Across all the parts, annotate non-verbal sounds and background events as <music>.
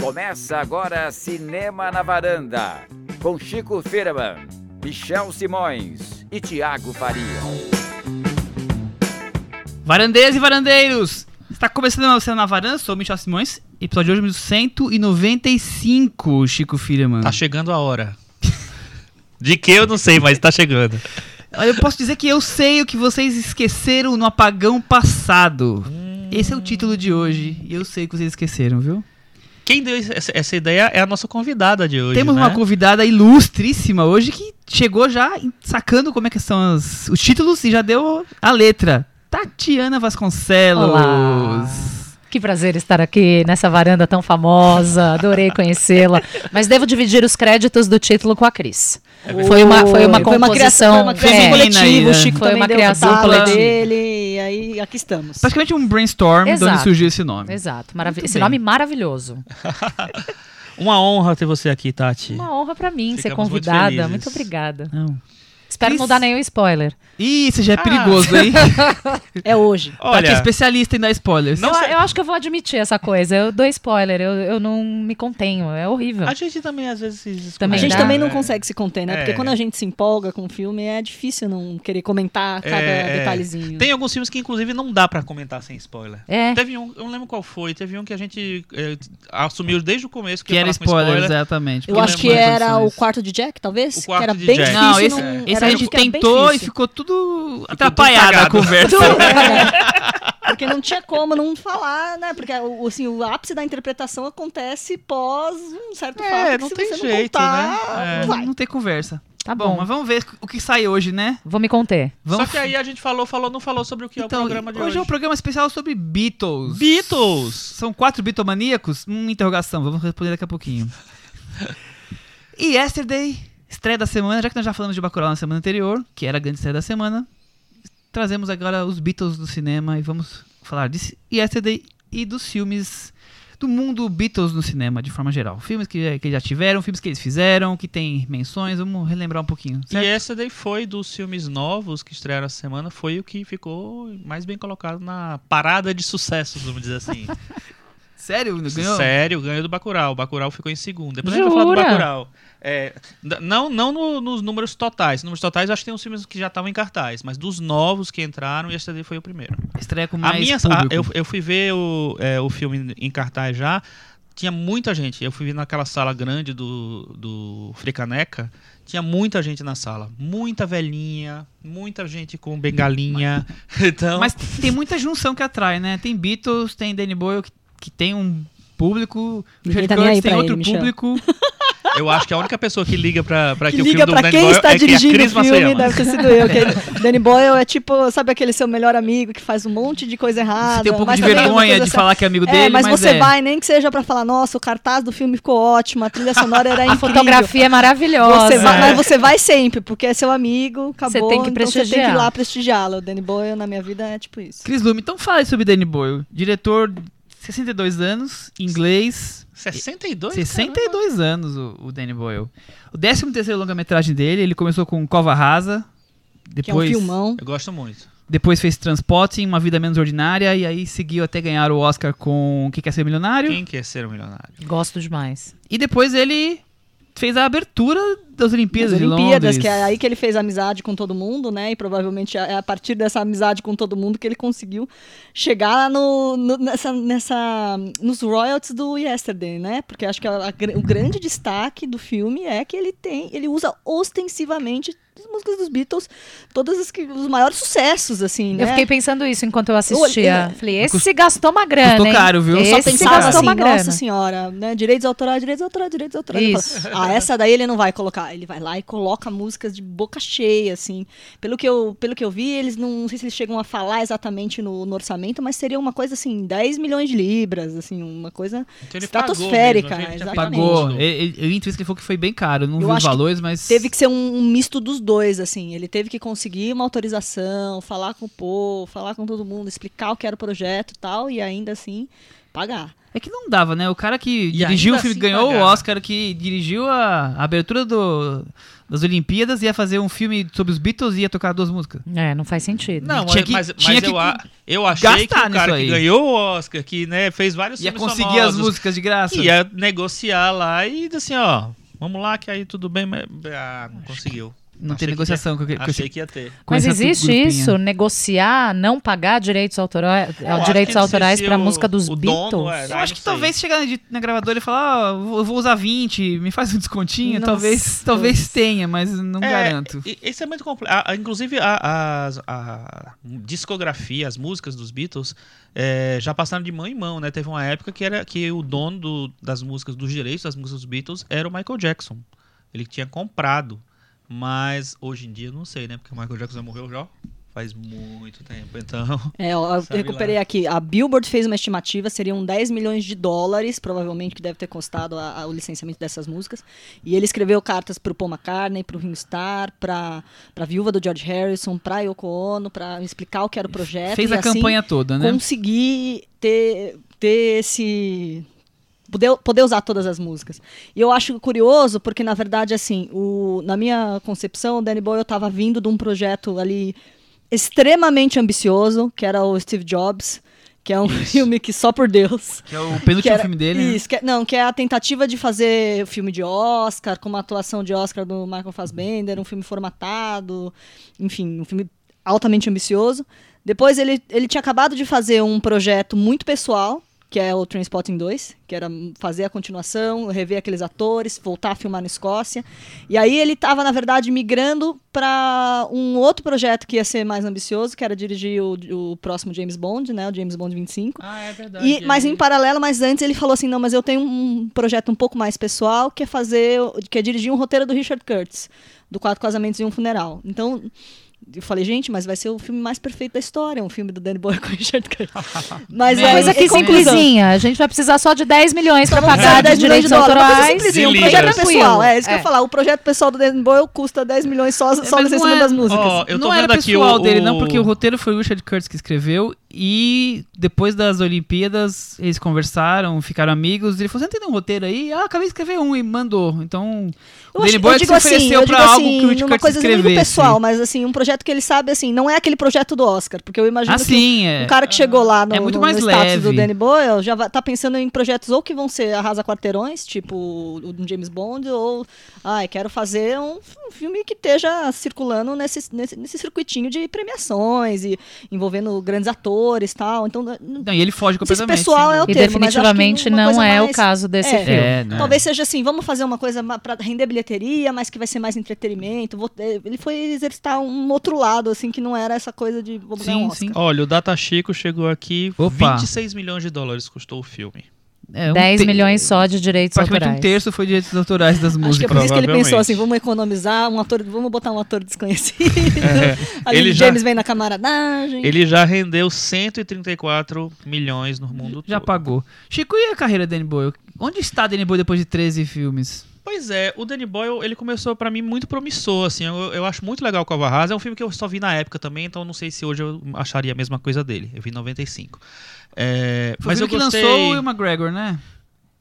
Começa agora Cinema na Varanda, com Chico Firman, Michel Simões e Tiago Faria. Varandeiras e varandeiros! Está começando o Cinema na Varanda, sou o Michel Simões, episódio de hoje, número 195, Chico Firman. Tá chegando a hora. De que eu não sei, mas tá chegando. Olha, eu posso dizer que eu sei o que vocês esqueceram no apagão passado. Hum. Esse é o título de hoje, e eu sei o que vocês esqueceram, viu? Quem deu essa, essa ideia é a nossa convidada de hoje. Temos né? uma convidada ilustríssima hoje que chegou já em- sacando como é que são as- os títulos e já deu a letra. Tatiana Vasconcelos. Olá. Que prazer estar aqui nessa varanda tão famosa. Adorei conhecê-la. Mas devo dividir os créditos do título com a Cris. Foi uma, foi uma Foi uma criação, composição. foi uma criação é, coleti- coletiva, né? o Chico Foi também uma deu criação o tapa coletiva. dele, e aí aqui estamos. Praticamente um brainstorm de onde Exato. surgiu esse nome. Exato. maravi- Muito Esse bem. nome maravilhoso. Uma honra ter você aqui, Tati. Uma honra pra mim ser Ficamos muito convidada. felizes. Muito, obrigada. Não. Espero Cris- não dar nenhum spoiler. Ih, isso já Ah. é perigoso, <laughs> hein? É hoje. Tati é Olha, especialista em dar spoilers. Não eu, sei- eu acho que eu vou admitir essa coisa. Eu dou spoiler. Eu, eu não me contenho. É horrível. a gente também às vezes se esconde, Também A gente dá. também não né? consegue se conter, né? É. Porque quando a gente se empolga com o filme, é difícil não querer comentar cada É, é. detalhezinho. Tem alguns filmes que inclusive não dá pra comentar sem spoiler. É. Teve um, eu não lembro qual foi, teve um que a gente eh, assumiu desde o começo que, Que ia era falar com spoiler. spoiler, exatamente. Eu Porque acho não que é era o condições. quarto de Jack, talvez? O Que quarto era de bem Jack. Não, difícil. esse, não- esse era a um gente filme que era bem tentou e difícil. <laughs> É, ficou tudo atrapalhado a cagado. conversa. né? <laughs> Porque não tinha como não falar, né? Porque o- assim, o ápice da interpretação acontece pós um certo É, fato. que não se tem você não jeito, contar, né? É. não vai. Não tem conversa. Tá é Bom, bom. mas vamos ver o que sai hoje, né? Vou me conter. Vamos Só que aí a gente falou, falou, não falou sobre o que é o programa de hoje. é um programa especial sobre Beatles. Beatles! São quatro bitomaníacos? Hum, interrogação. Vamos responder daqui a pouquinho. e Yesterday, estreia da semana. Já que nós já falamos de Bacurau na semana anterior, que era a grande estreia da semana, trazemos agora os Beatles do cinema e vamos falar de Yesterday e dos filmes do mundo Beatles no cinema, de forma geral. Filmes que, que já tiveram, filmes que eles fizeram, que tem menções. Vamos relembrar um pouquinho. E certo? essa daí foi dos filmes novos que estrearam essa semana, foi o que ficou mais bem colocado na parada de sucessos, vamos dizer <laughs> assim. Sério? Ganhou? Sério, ganhou do Bacurau. O Bacurau ficou em segundo. Depois a gente vai falar do Jura? Bacurau. É, n- não não no- nos números totais. Números totais eu acho que tem uns filmes que já estavam em cartaz, mas dos novos que entraram, esse daí foi o primeiro. Estreia com A mais minha, a- público. eu, eu fui ver o, é, o filme em cartaz já. Tinha muita gente. Eu fui ver naquela sala grande do, do Fricaneca. Tinha muita gente na sala. Muita velhinha, muita gente com bengalinha. <laughs> Então, Mas tem muita junção que atrai, né? Tem Beatles, tem Danny Boyle que, que tem um público, Richard Ninguém tá nem Curtis aí tem pra outro ele, Michel. <laughs> público. eu acho que a única pessoa que liga pra, pra que, que o filme liga do pra Danny quem Boyle está é que a dirigindo o Cris filme, Maceiama. deve ter sido eu. Que Danny Boyle é tipo, sabe aquele seu melhor amigo que faz um monte de coisa errada. Você tem um pouco mas de também é uma vergonha coisa de certa. falar que é amigo É, dele, mas, você é. vai, nem que seja pra falar, nossa, o cartaz do filme ficou ótimo, a trilha sonora era A incrível. fotografia é maravilhosa. Você vai, mas você vai sempre, porque é seu amigo, acabou, tem que então você tem que ir prestigiar. lá prestigiá-lo. O Danny Boyle, na minha vida, é tipo isso. Chris Lume, então fala aí sobre Danny Boyle. Diretor, 62 anos, inglês. 62? 62 anos o, o Danny Boyle. O 13 terceiro longa-metragem dele, ele começou com Cova Rasa. Que é um Depois, filmão. Eu gosto muito. depois fez Transpotting, Uma Vida Menos Ordinária, e aí seguiu até ganhar o Oscar com Que Quer Ser Milionário. Quem quer ser um milionário? Gosto demais. E depois ele fez a abertura das Olimpíadas, As de Olimpíadas, Londres. que é aí que ele fez amizade com todo mundo, né? E provavelmente é a partir dessa amizade com todo mundo que ele conseguiu chegar no, no- nessa, nessa, nos royalties do Yesterday, né? Porque acho que a- a gr- o grande destaque do filme é que ele tem, ele usa ostensivamente as músicas dos Beatles, todas as que os maiores sucessos, assim, né? é, Eu fiquei pensando isso enquanto eu Eu assistia. olhei- Falei, Cust- esse gastou uma grana. custou hein? caro, viu? Eu Esse só pensava gastou assim, uma grana. nossa senhora, né? Direitos autorais, direitos autorais, direitos autorais. Eu Isso. falo, ah, essa daí ele não vai colocar. Ele vai lá e coloca músicas de boca cheia, assim. Pelo que eu, pelo que eu vi, eles não, não sei se eles chegam a falar exatamente no, no orçamento, mas seria uma coisa assim, 10 milhões de libras, assim, uma coisa. Então ele Estratosférica, pagou né? mesmo, a gente já fez exatamente. Pagou. tudo. Ele- ele- Eu intuí que ele falou que foi bem caro. Não Eu vi os acho que valores, mas. Teve que ser um, um misto dos dois, assim. Ele teve que conseguir uma autorização, falar com o povo, falar com todo mundo, explicar o que era o projeto e tal, e ainda assim pagar. É que não dava, né? O cara que dirigiu ainda o filme, assim ganhou o pagava. Oscar, que dirigiu a a abertura do, das Olimpíadas, ia fazer um filme sobre os Beatles e ia tocar duas músicas. É, não faz sentido. Não, Tinha mas- que- mas, mas tinha eu, que a- eu achei que gastar o cara nisso aí. que ganhou o Oscar, que né, fez vários Ia filmes conseguir as famosos, músicas de graça. ia negociar lá e disse assim, ó, vamos lá que aí tudo bem, mas ah, não conseguiu. Não tem Achei que negociação com, ia- que- com Achei esse que ia ter. com Mas essa existe grupinha. isso? Negociar, não pagar direitos, autora... Eu acho direitos que não sei autorais se pra o- música dos o Beatles? dono é- Eu Ah, acho não que sei. talvez chegar de- na gravadora e falar, ó, eu vou usar 20, me faz um descontinho. Nossa. Talvez talvez tenha, mas não É, garanto. e- Isso é muito complicado. Inclusive, a, as- a discografia, as músicas dos Beatles é, já passaram de mão em mão, né? Teve uma época que, era, que o dono do- das músicas, dos direitos das músicas dos Beatles era o Michael Jackson. Ele tinha comprado. Mas hoje em dia eu não sei, né? Porque o Michael Jackson já morreu já faz muito tempo. Então, É, ó, eu Sabe recuperei lá. aqui. A Billboard fez uma estimativa, seriam 10 milhões de dólares, provavelmente, que deve ter custado a- a- o licenciamento dessas músicas. E ele escreveu cartas pro Paul McCartney, pro Ringo Starr, pra, pra viúva do George Harrison, pra Yoko Ono, pra explicar o que era o projeto. Fez e a assim, campanha toda, né? conseguir ter, ter esse. Poder, poder usar todas as músicas. E eu acho curioso, porque na verdade, assim, o, na minha concepção, o Danny Boyle estava vindo de um projeto ali extremamente ambicioso, que era o Steve Jobs, que é um filme que só por Deus. Que é o Que penúltimo era- filme dele. né? Isso, que é- não, que é a tentativa de fazer filme de Oscar, com uma atuação de Oscar do Michael Fassbender, um filme formatado, enfim, um filme altamente ambicioso. Depois ele, ele tinha acabado de fazer um projeto muito pessoal, que é o Transpotting 2, que era fazer a continuação, rever aqueles atores, voltar a filmar na Escócia. E aí ele estava, na verdade, migrando para um outro projeto que ia ser mais ambicioso, que era dirigir o, o próximo James Bond, né, o James Bond 25. ah, é verdade. E, mas em paralelo, mas antes ele falou assim, não, mas eu tenho um projeto um pouco mais pessoal que é fazer, que é dirigir um roteiro do Richard Curtis, do Quatro Casamentos e um Funeral. Então eu falei, gente, mas vai ser o filme mais perfeito da história, um filme do Danny Boyle com o Richard <laughs> Curtis. Mas Menos. aí, É Coisa em que conclusão, simplesinha. A gente vai precisar só de 10 milhões pra vamos pagar usar 10 de milhões de direitos dólares, uma coisa autorais. simplesinha, um Se projeto liga. pessoal, é isso que eu É. ia falar. O projeto pessoal do Danny Boyle custa 10 milhões só, só o mas não licenciamento é- das músicas. Ó, eu tô não era vendo aqui pessoal o- dele, o- não, porque o roteiro foi o Richard Curtis que escreveu e depois das Olimpíadas eles conversaram, ficaram amigos. Ele falou: Você não tem um roteiro aí? Ah, acabei de escrever um e mandou. Então, o Eu Danny acho- Boyle que se eu digo assim, ofereceu eu pra digo algo assim, que o Richard numa Curtis coisa não digo escrevesse. pessoal, mas assim, um projeto que ele sabe, assim, não é aquele projeto do Oscar, porque eu imagino ah, que sim, é. O Um cara que chegou lá no, É muito no- mais no status leve. do Danny Boyle já va- tá pensando em projetos ou que vão ser arrasa quarteirões, tipo o do James Bond, ou ai, quero fazer um, f- um filme que esteja circulando nesse, nesse, nesse circuitinho de premiações e envolvendo grandes atores e tal. Então, n- Não, e ele foge não sei se completamente. pessoal sim. é o E termo, mas acho que definitivamente uma não coisa é o mais- caso desse É. filme. É, né? Talvez seja assim, vamos fazer uma coisa para render bilheteria, mas que vai ser mais entretenimento. Vou- eh, ele foi exercitar um outro lado, assim, que não era essa coisa de vou ganhar um Sim, Oscar. sim. <laughs> Olha, o Data Chico chegou aqui, Opa. 26 milhões de dólares custou o filme. É, um 10 te- milhões só de direitos Praticamente autorais. um terço foi direitos autorais das Acho que é músicas. por isso que ele Provavelmente. pensou assim, vamos economizar, um ator, vamos botar um <laughs> ator desconhecido. Aí É. Ele o já- James vem na camaradagem. Ele já rendeu 134 milhões no mundo Já todo. pagou. Chico, e a carreira do Danny Boyle? Onde está Danny Boyle depois de 13 filmes? Pois é, o Danny Boyle, ele começou pra mim muito promissor, assim, eu, eu acho muito legal o Cova Rasa, é um filme que eu só vi na época também, então não sei se hoje eu acharia a mesma coisa dele, eu vi em 95. É, Foi mas o eu filme que gostei, lançou o Will McGregor, né?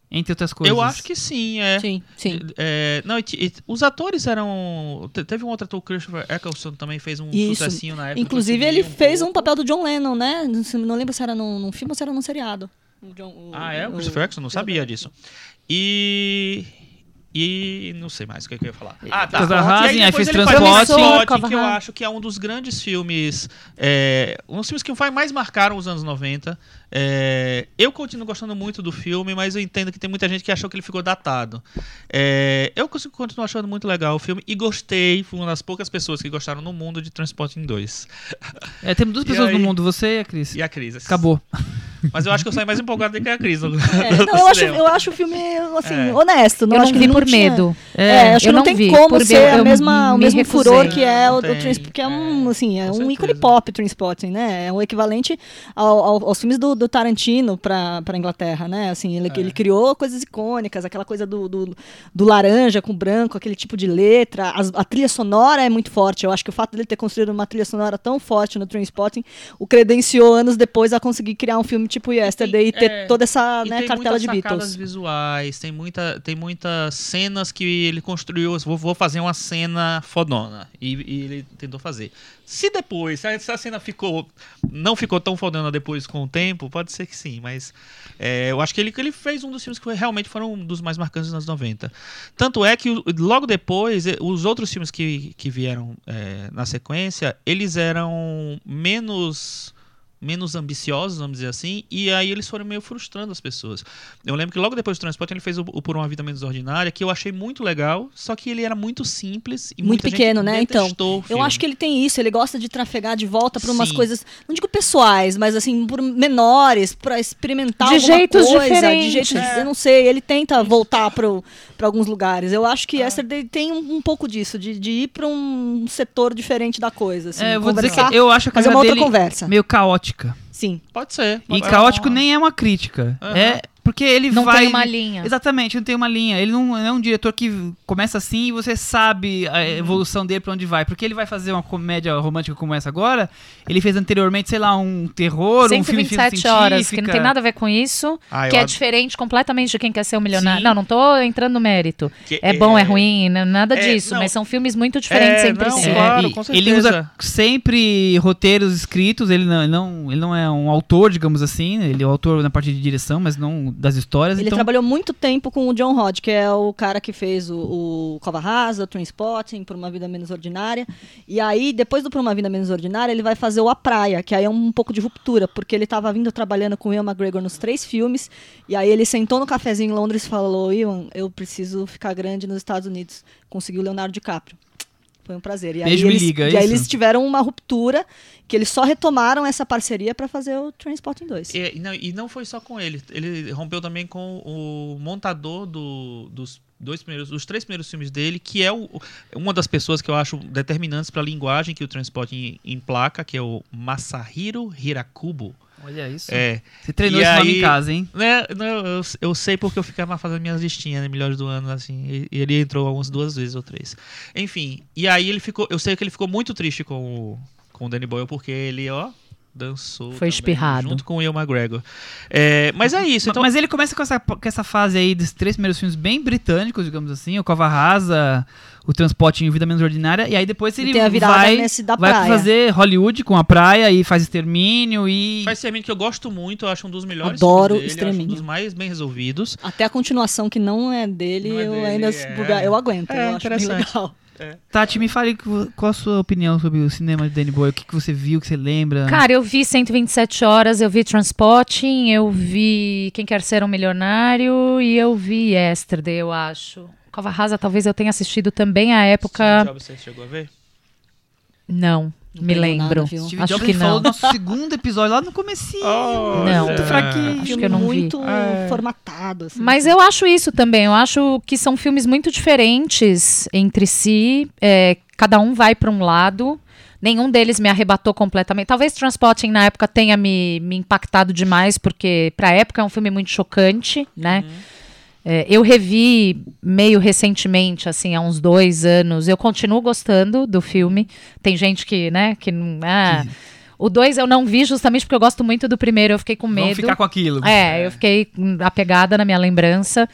Entre outras coisas. eu acho que sim, é. Sim, sim. É, não, e ti- e os atores eram. te- Teve um outro ator, o Christopher Eccleston, também fez um Isso. sucessinho na época. Inclusive, que eu ele vi fez um pouco. papel do John Lennon, né? Não, se- não lembro se era num, num filme ou se era num seriado. O John- o- Ah, é? O o- Christopher Eccleston? Não sabia disso. E. E não sei mais o que, é que eu ia falar. Ah, tá. Fez E Arrasem, aí depois fez ele faz Transporte. Transporte, que eu Covarrada. acho que é um dos grandes filmes. É, um dos filmes que mais marcaram os anos 90. É, eu continuo gostando muito do filme, mas eu entendo que tem muita gente que achou que ele ficou datado. É, eu consigo- continuo achando muito legal o filme e gostei. Fui uma das poucas pessoas que gostaram no mundo de Transporting 2. É, temos duas E pessoas aí? no mundo, você e a Cris. E a Cris. Acabou. Mas eu acho que eu saí mais empolgado do que a Cris. <laughs> no- <laughs> É, no não, eu acho, cinema. eu acho o filme, assim, É. honesto. Não Eu acho não que vi ele por tinha- medo. É, acho eu que não, não tem vi, como por ser medo, a eu mesma, o me mesmo recusei. furor que é Não o do tem, Trainspotting, que é é, um, assim, é com um ícone certeza. pop, Trainspotting, né? É o equivalente ao- ao- aos filmes do, do Tarantino pra, pra Inglaterra, né? Assim, É. ele, ele criou coisas icônicas, aquela coisa do, do, do laranja com branco, aquele tipo de letra, As- a trilha sonora é muito forte, eu acho que o fato dele ter construído uma trilha sonora tão forte no Trainspotting o credenciou anos depois a conseguir criar um filme tipo Yesterday e ter é, toda essa E né, tem cartela muitas de sacadas Beatles. visuais, tem muita, tem muitas cenas que ele construiu. Vou, vou fazer uma cena fodona e, e ele tentou fazer. Se depois, se essa cena ficou, não ficou tão fodona depois com o tempo, pode ser que sim. Mas é, eu acho que ele, que ele fez um dos filmes que foi- realmente foram um dos mais marcantes dos anos 90. Tanto é que o- logo depois, eh, os outros filmes que, que vieram eh, na sequência, eles eram menos menos ambiciosos, vamos dizer assim, e aí eles foram meio frustrando as pessoas. Eu lembro que logo depois do Transporte ele fez o, o Por Uma Vida Menos Ordinária, que eu achei muito legal, só que ele era muito simples e Muito muita gente pequeno, né? Então, detestou o Eu filme. acho que ele tem isso, ele gosta de trafegar de volta para umas Sim. coisas, não digo pessoais, mas assim, por menores, para experimentar De alguma jeitos coisa, diferentes. de jeitos, É. eu não sei, ele tenta voltar para alguns lugares. Eu acho Ah. que Yesterday tem um, um pouco disso, de, de ir para um setor diferente da coisa, assim, É, eu vou dizer conversar, que eu acho a fazer carreira uma outra dele conversa. meio caótica. Sim. Pode ser. Ah, E Pode- caótico nem é uma crítica. Aham. É porque ele Não vai. tem uma linha. Exatamente, não tem uma linha. Ele não, não é um diretor que começa assim e você sabe Uhum. a evolução dele pra onde vai. Porque ele vai fazer uma comédia romântica como essa agora. Ele fez anteriormente, sei lá, um terror, um filme de ficção 127 horas, assim, que não tem científica. nada a ver com isso, Ah, eu que é ad- diferente completamente de quem quer ser um milionário. Sim. Não, não tô entrando no mérito. que- É bom, é ruim, n- nada é, disso, não. mas são filmes muito diferentes É, entre não, si. É, claro, e com ele certeza. usa sempre roteiros escritos, ele não, ele não, ele não é um autor, digamos assim, né? ele é o autor na parte de direção, mas não das histórias. Ele então, trabalhou muito tempo com o John Rod, que é o cara que fez o, o Cova Rasa, o Trainspotting, Por Uma Vida Menos Ordinária. E aí, depois do Por Uma Vida Menos Ordinária, ele vai fazer o A Praia, que aí é um pouco de ruptura, porque ele estava vindo trabalhando com o Ian McGregor nos três filmes, e aí ele sentou no cafezinho em Londres e falou, Ian, eu preciso ficar grande nos Estados Unidos. Conseguiu o Leonardo DiCaprio. Foi um prazer. E aí, Beijo, me eles, liga, é e aí isso? eles tiveram uma ruptura, que eles só retomaram essa parceria para fazer o Trainspotting 2. É, e, não, e não foi só com ele. Ele rompeu também com o montador do- dos dois primeiros, dos três primeiros filmes dele, que é o- uma das pessoas que eu acho determinantes para a linguagem que o Transporte emplaca, que é o Masahiro Hirakubo. Olha isso. É, Você treinou E esse nome aí- em casa, hein? né, não, eu, eu sei porque eu ficava fazendo minhas listinhas, né, melhores do ano, assim, e, e ele entrou algumas duas vezes ou três. Enfim, e aí ele ficou, eu sei que ele ficou muito triste com o, com o Danny Boyle, porque ele, ó, dançou. Foi também, espirrado. Junto com o Ian McGregor. É, mas é isso, então... Mas ele começa com essa, com essa fase aí dos três primeiros filmes bem britânicos, digamos assim, o Cova Rasa, o Transporte em Vida Menos Ordinária, e aí depois ele tem a virada vai, nesse da vai praia. fazer Hollywood com a praia e faz Extermínio e... Faz Extermínio que eu gosto muito, eu acho um dos melhores Adoro filmes dele, eu acho um Extermínio. dos mais bem resolvidos. Até a continuação que não é dele, Não é eu dele, ainda é. buga- eu aguento, É, eu acho bem <laughs> interessante. legal. Tati, me fale que vo- qual a sua opinião sobre o cinema de Danny Boyle, o que, que você viu, o que você lembra? Cara, eu vi 127 horas, eu vi Transporting, eu vi Quem Quer Ser um Milionário e eu vi Yesterday, eu acho. Cova Rasa talvez eu tenha assistido também à época. Você chegou a ver? Não, me lembro lembro. nada, viu? Steve acho Jobs que ele falou não. do nosso segundo episódio lá no comecinho. Não. Muito fraquinho. Acho que eu não vi. muito Ah, é. formatado, assim. é Mas eu acho isso também. Eu acho que são filmes muito diferentes entre si. é, cada um vai para um lado. Nenhum deles me arrebatou completamente. Talvez Transporting na época tenha me, me impactado demais, porque para época é um filme muito chocante, né? É, eu revi meio recentemente, assim, há uns dois anos. Eu continuo gostando do filme. Tem gente que, né, que não. ah, o dois eu não vi justamente porque eu gosto muito do primeiro. Eu fiquei com medo. Vamos ficar com aquilo. É, eu fiquei hum, apegada na minha lembrança.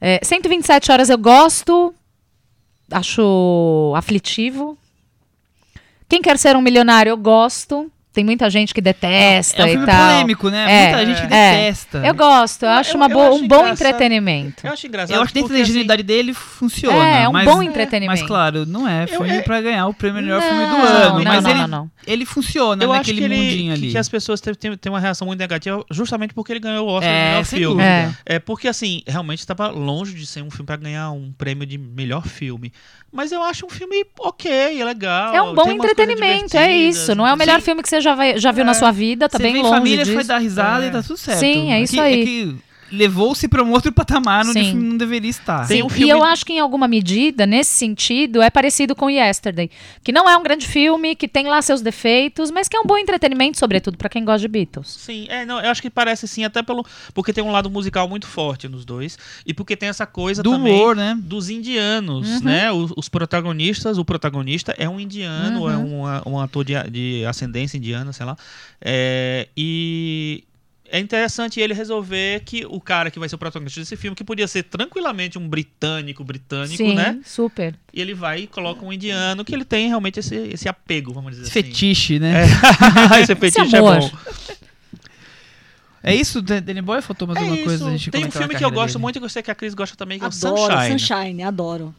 É, 127 horas eu gosto, acho aflitivo. Quem quer ser um milionário eu gosto. Tem muita gente que detesta É um e filme tal. polêmico, né? É, Muita gente que é. detesta. Eu gosto, eu, Eu- acho eu- uma eu boa- acho um bom engraçado. entretenimento. É Eu acho engraçado. Tá. Eu acho que dentro da né, porque, assim, ingenuidade dele funciona. É, é um mas- bom entretenimento. Mas claro, não é filme é- pra ganhar o prêmio melhor Não, filme do não, ano. não, mas não, ele, não, não. ele funciona eu acho naquele que, ele- mundinho que- ali. que as pessoas têm, têm, têm uma reação muito negativa justamente porque ele ganhou o Oscar de é, melhor sem filme. dúvida. É. É porque assim, realmente estava longe de ser um filme para ganhar um prêmio de melhor filme. Mas eu acho um filme ok, é legal. É um bom tem umas coisas entretenimento, é divertidas. isso. Não é o melhor Sim, filme que você já, vai- já viu na sua vida, É. tá Você bem vê em longe família, disso. foi dar risada É. e tá tudo certo. Sim, é que- isso aí. É que levou-se pra um outro patamar onde o Sim. filme não deveria estar. Tem um E filme- eu acho que em alguma medida, nesse sentido, é parecido com Yesterday, que não é um grande filme, que tem lá seus defeitos, mas que é um bom entretenimento, sobretudo pra quem gosta de Beatles. Sim, é, não, eu acho que parece sim, até pelo. Porque tem um lado musical muito forte nos dois. E porque tem essa coisa Do também. humor, né? dos indianos, Uhum. né? Os, os protagonistas, o protagonista é um indiano, é Uhum. um, a- um ator de, a- de ascendência indiana, sei lá. É, e é interessante ele resolver que o cara que vai ser o protagonista desse filme, que podia ser tranquilamente um britânico, britânico, Sim, né? super. E ele vai e coloca um indiano que ele tem realmente esse, esse apego, vamos dizer Esse assim. fetiche, né? É. <laughs> esse fetiche é amor. bom. É, isso, Dan- Danny Boy? Faltou mais É alguma coisa? isso. da gente Tem um comentar na filme que eu carreira gosto dele? muito e que eu sei que a Cris gosta também, que é o Adoro, Sunshine. Sunshine. adoro.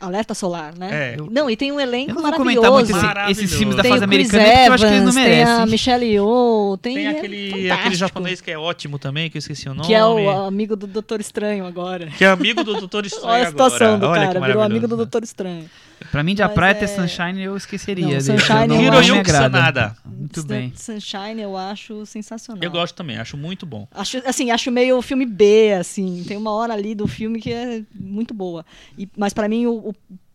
Alerta solar, né? É. Não, e tem um elenco Eu não vou maravilhoso. comentar muito esse, Maravilhoso. esses filmes da tem fase o Chris americana, porque eu acho que ele não Evans, tem merece. a Michelle Yeoh, tem, Tem é aquele, fantástico. aquele japonês que é ótimo também, que eu esqueci o nome. que é o amigo do Doutor Estranho agora. que é amigo do Doutor Estranho <laughs> Olha a situação agora. do Olha que cara, virou amigo do maravilhoso. Doutor Estranho. Pra mim, de A Mas Praia até é- Sunshine, eu esqueceria. Não, dele. Sunshine não, eu não me Hiroyuki agrada. Sanada. Muito Sun- bem. Sunshine eu acho sensacional. Eu gosto também, acho muito bom. Acho, assim, acho meio filme B, assim. Tem uma hora ali do filme que é muito boa. E- mas pra mim, o, o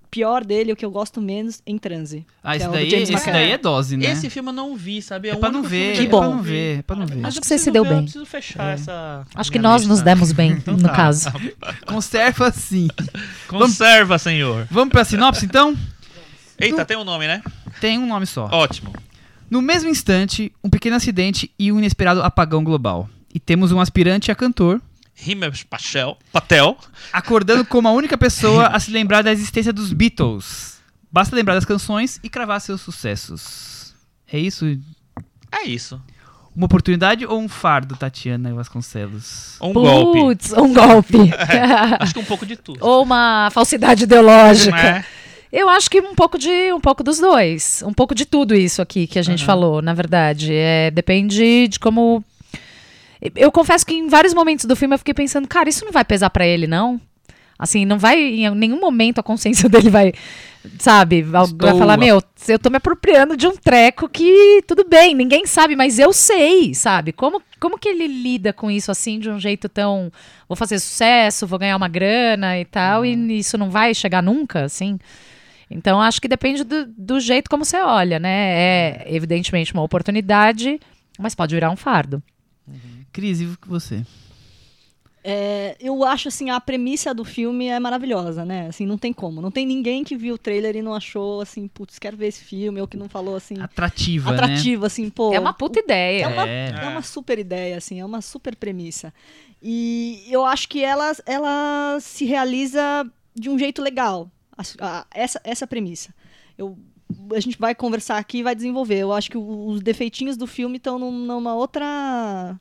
pior dele, o que eu gosto menos, em transe. Ah, que esse é o do daí, James esse McAvoy. daí é dose, né? Esse filme eu não vi, sabe? É o pra não único filme ver, que é eu pra bom. não ver, é pra não ver. É. Mas Acho eu que você preciso se deu ver, bem. Eu preciso fechar essa. Acho que minha nós nos lista. demos bem, <laughs> Então no tá. caso. <laughs> Conserva assim. Conserva, senhor. Vamos pra sinopse, então? Eita, tem um nome, né? Tem um nome só. Ótimo. No mesmo instante, um pequeno acidente e um inesperado apagão global. E temos um aspirante a cantor Rimmel Patel. Patel. acordando como a única pessoa a se lembrar da existência dos Beatles. Basta lembrar das canções e cravar seus sucessos. É isso? É isso. Uma oportunidade ou um fardo, Tatiana Vasconcelos? Um golpe. Putz, <laughs> um golpe. Acho que um pouco de tudo. Ou uma falsidade ideológica. Né? Eu acho que um pouco de um pouco dos dois, um pouco de tudo isso aqui que a gente falou, na verdade, é, depende de como. Eu confesso que em vários momentos do filme eu fiquei pensando, cara, isso não vai pesar pra ele não? Assim, não vai em nenhum momento a consciência <laughs> dele vai, sabe, vai Estou falar a- meu, eu tô me apropriando de um treco que tudo bem, ninguém sabe, mas eu sei, sabe? Como como que ele lida com isso assim de um jeito tão, vou fazer sucesso, vou ganhar uma grana e tal, e isso não vai chegar nunca, assim? Então, acho que depende do, do jeito como você olha, né? É, evidentemente, uma oportunidade, mas pode virar um fardo. Cris, e você? É, eu acho, assim, a premissa do filme é maravilhosa, né? Assim, não tem como. Não tem ninguém que viu o trailer e não achou, assim, putz, quero ver esse filme, ou que não falou, assim, Atrativa, né? atrativo, assim, pô. é uma puta ideia. É uma, É. é uma super ideia, assim, é uma super premissa. E eu acho que ela, ela se realiza de um jeito legal, as- a- essa, essa premissa. Eu, a gente vai conversar aqui e vai desenvolver. Eu acho que o- os defeitinhos do filme estão num- numa outra.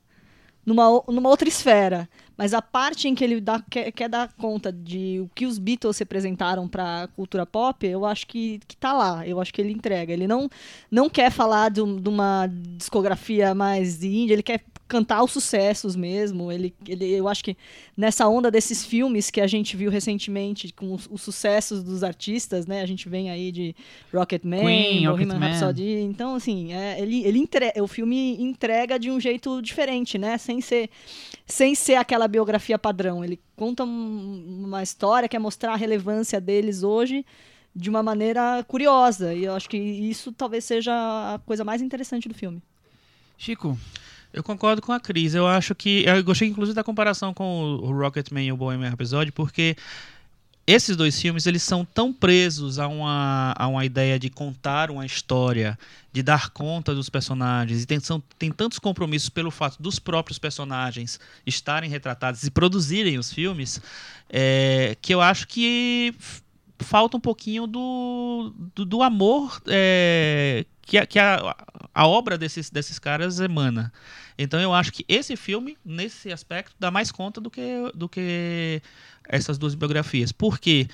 Numa, o- numa outra esfera. Mas a parte em que ele dá- quer, quer dar conta de o que os Beatles representaram para a cultura pop, eu acho que, que tá lá. Eu acho que ele entrega. Ele não não quer falar de, um- de uma discografia mais indie, ele quer cantar os sucessos mesmo. Ele, ele, eu acho que nessa onda desses filmes que a gente viu recentemente com os, os sucessos dos artistas, né? A gente vem aí de Rocketman, Queen, Bohemian Rocketman. Rhapsody. Então, assim, é, ele, ele entre, o filme entrega de um jeito diferente, né? Sem ser, sem ser aquela biografia padrão. Ele conta um- uma história, quer mostrar a relevância deles hoje de uma maneira curiosa. E eu acho que isso talvez seja a coisa mais interessante do filme. Chico, Eu concordo com a Cris. Eu acho que. Eu gostei, inclusive, da comparação com o Rocketman e o Bohemian Rhapsody, porque esses dois filmes eles são tão presos a uma, a uma ideia de contar uma história, de dar conta dos personagens, e tem, são, tem tantos compromissos pelo fato dos próprios personagens estarem retratados e produzirem os filmes, é, que eu acho que f- falta um pouquinho do, do, do amor é, que, a, que a, a obra desses, desses caras emana. Então eu acho que esse filme, nesse aspecto, dá mais conta do que, do que essas duas biografias. Porque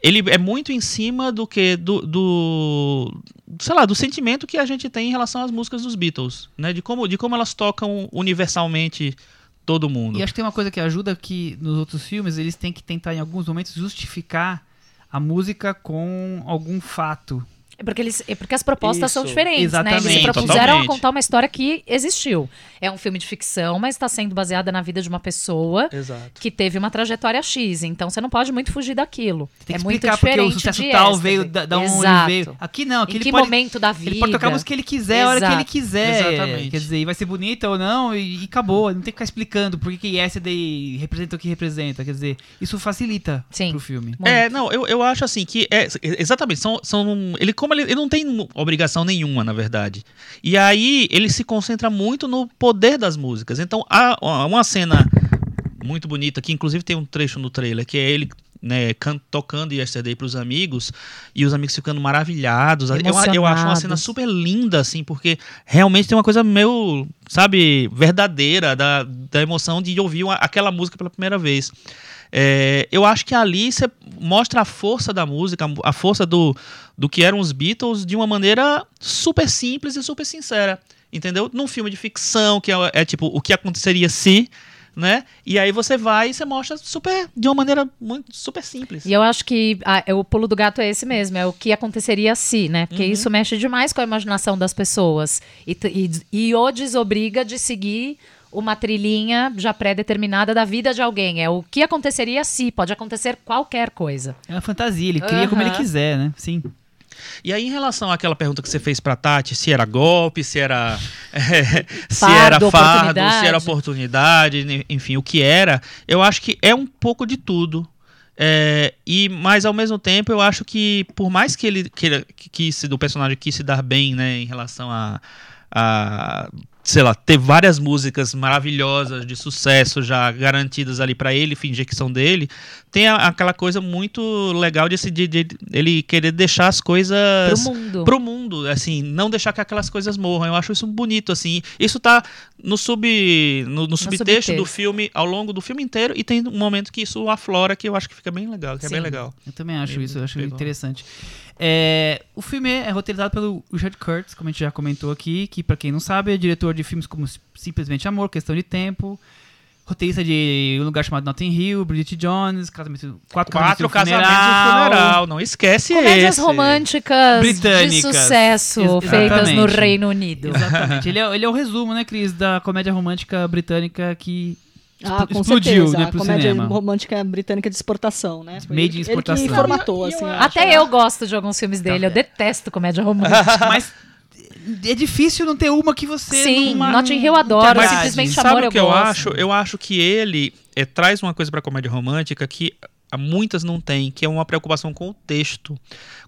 ele é muito em cima do que do, do sei lá, do sentimento que a gente tem em relação às músicas dos Beatles, né? De como de como elas tocam universalmente todo mundo. e acho que tem uma coisa que ajuda que nos outros filmes eles têm que tentar em alguns momentos justificar a música com algum fato. É porque, eles, é porque as propostas são Isso, diferentes, né? Eles exatamente, se propuseram totalmente. a contar uma história que existiu. É um filme de ficção, mas está sendo baseada na vida de uma pessoa Exato. que teve uma trajetória X. Então você não pode muito fugir daquilo. Tem é que muito explicar porque diferente o sucesso de tal Yesterday. veio da, da onde Exato. veio. Aqui não, aqui Em ele que pode momento da vida? ele pode tocar a música que ele quiser, a hora que ele Exato. quiser. Exatamente. Quer dizer, e vai ser bonita ou não, e, e acabou. Não tem que ficar explicando por que que essa daí representa o que representa. Quer dizer, isso facilita Sim. pro filme. Muito. É, não, eu, eu acho assim que é exatamente, são, são ele como ele, ele não tem mu- obrigação nenhuma, na verdade. E aí ele se concentra muito no poder das músicas. Então há ó, uma cena muito bonita que inclusive tem um trecho no trailer que é ele né, can- tocando Yesterday para os amigos e os amigos ficando maravilhados. Eu, eu acho uma cena Emocionados. super linda assim, porque realmente tem uma coisa meio, sabe, verdadeira da, da emoção de ouvir uma- aquela música pela primeira vez. É, eu acho que ali você mostra a força da música, a força do, do que eram os Beatles de uma maneira super simples e super sincera. Entendeu? Num filme de ficção, que é, é tipo o que aconteceria se, né? E aí você vai e você mostra super de uma maneira muito super simples. E eu acho que ah, é, o pulo do gato é esse mesmo, é o que aconteceria se, né? Porque isso mexe demais com a imaginação das pessoas. E, t- e, des- e o desobriga de seguir uma trilhinha já pré-determinada da vida de alguém. É o que aconteceria se, pode acontecer qualquer coisa. É uma fantasia, ele cria como ele Aham. quiser, né? Sim. E aí, em relação àquela pergunta que você fez pra Tati, se era golpe, se era. <laughs> é, se Fardo, era fardo, se era oportunidade. oportunidade, ne- enfim, o que era, eu acho que é um pouco de tudo. É, e mas ao mesmo tempo eu acho que por mais que ele queira que, que se- do personagem quis se dar bem né em relação a, a sei lá ter várias músicas maravilhosas de sucesso já garantidas ali pra ele fingir que são dele tem a- aquela coisa muito legal de, se- de- de ele querer deixar as Pro coisas mundo. pro mundo, assim, não deixar que aquelas coisas morram. Eu acho isso bonito, assim. Isso tá no sub no, no subtexto do subtexto. filme ao longo do filme inteiro e tem um momento que isso aflora que eu acho que fica bem legal, que é bem Sim. legal. Eu também acho Ele isso, eu acho pegou. interessante. É, o filme é roteirizado pelo Richard Kurtz, como a gente já comentou aqui, que pra quem não sabe é diretor de filmes como Sim- Simplesmente Amor, Questão de Tempo, roteirista de Um Lugar Chamado Notting Hill, Bridget Jones, casamento, Quatro, Quatro Casamentos e um casamentos e um funeral, não esquece Comédias esse. românticas de Britânicas. sucesso Ex- feitas no exatamente. Reino Unido. Exatamente. ele, é, ele é o resumo, né, Cris, da comédia romântica britânica que Ah, expl- com explodiu certeza. né, a pro comédia cinema. romântica britânica de exportação, né? Foi Made ele in que- Ele exportação. que formatou, E eu- assim. eu acho, Até né? eu gosto de alguns filmes dele, eu detesto comédia <laughs> romântica. <laughs> Mas é difícil não ter uma que você Sim, não, Notting Hill adoro, Mas- simplesmente sabe amor é o eu que eu, gosto. acho? Eu acho que ele eh, traz uma coisa pra comédia romântica que há muitas não tem, que é uma preocupação com o texto.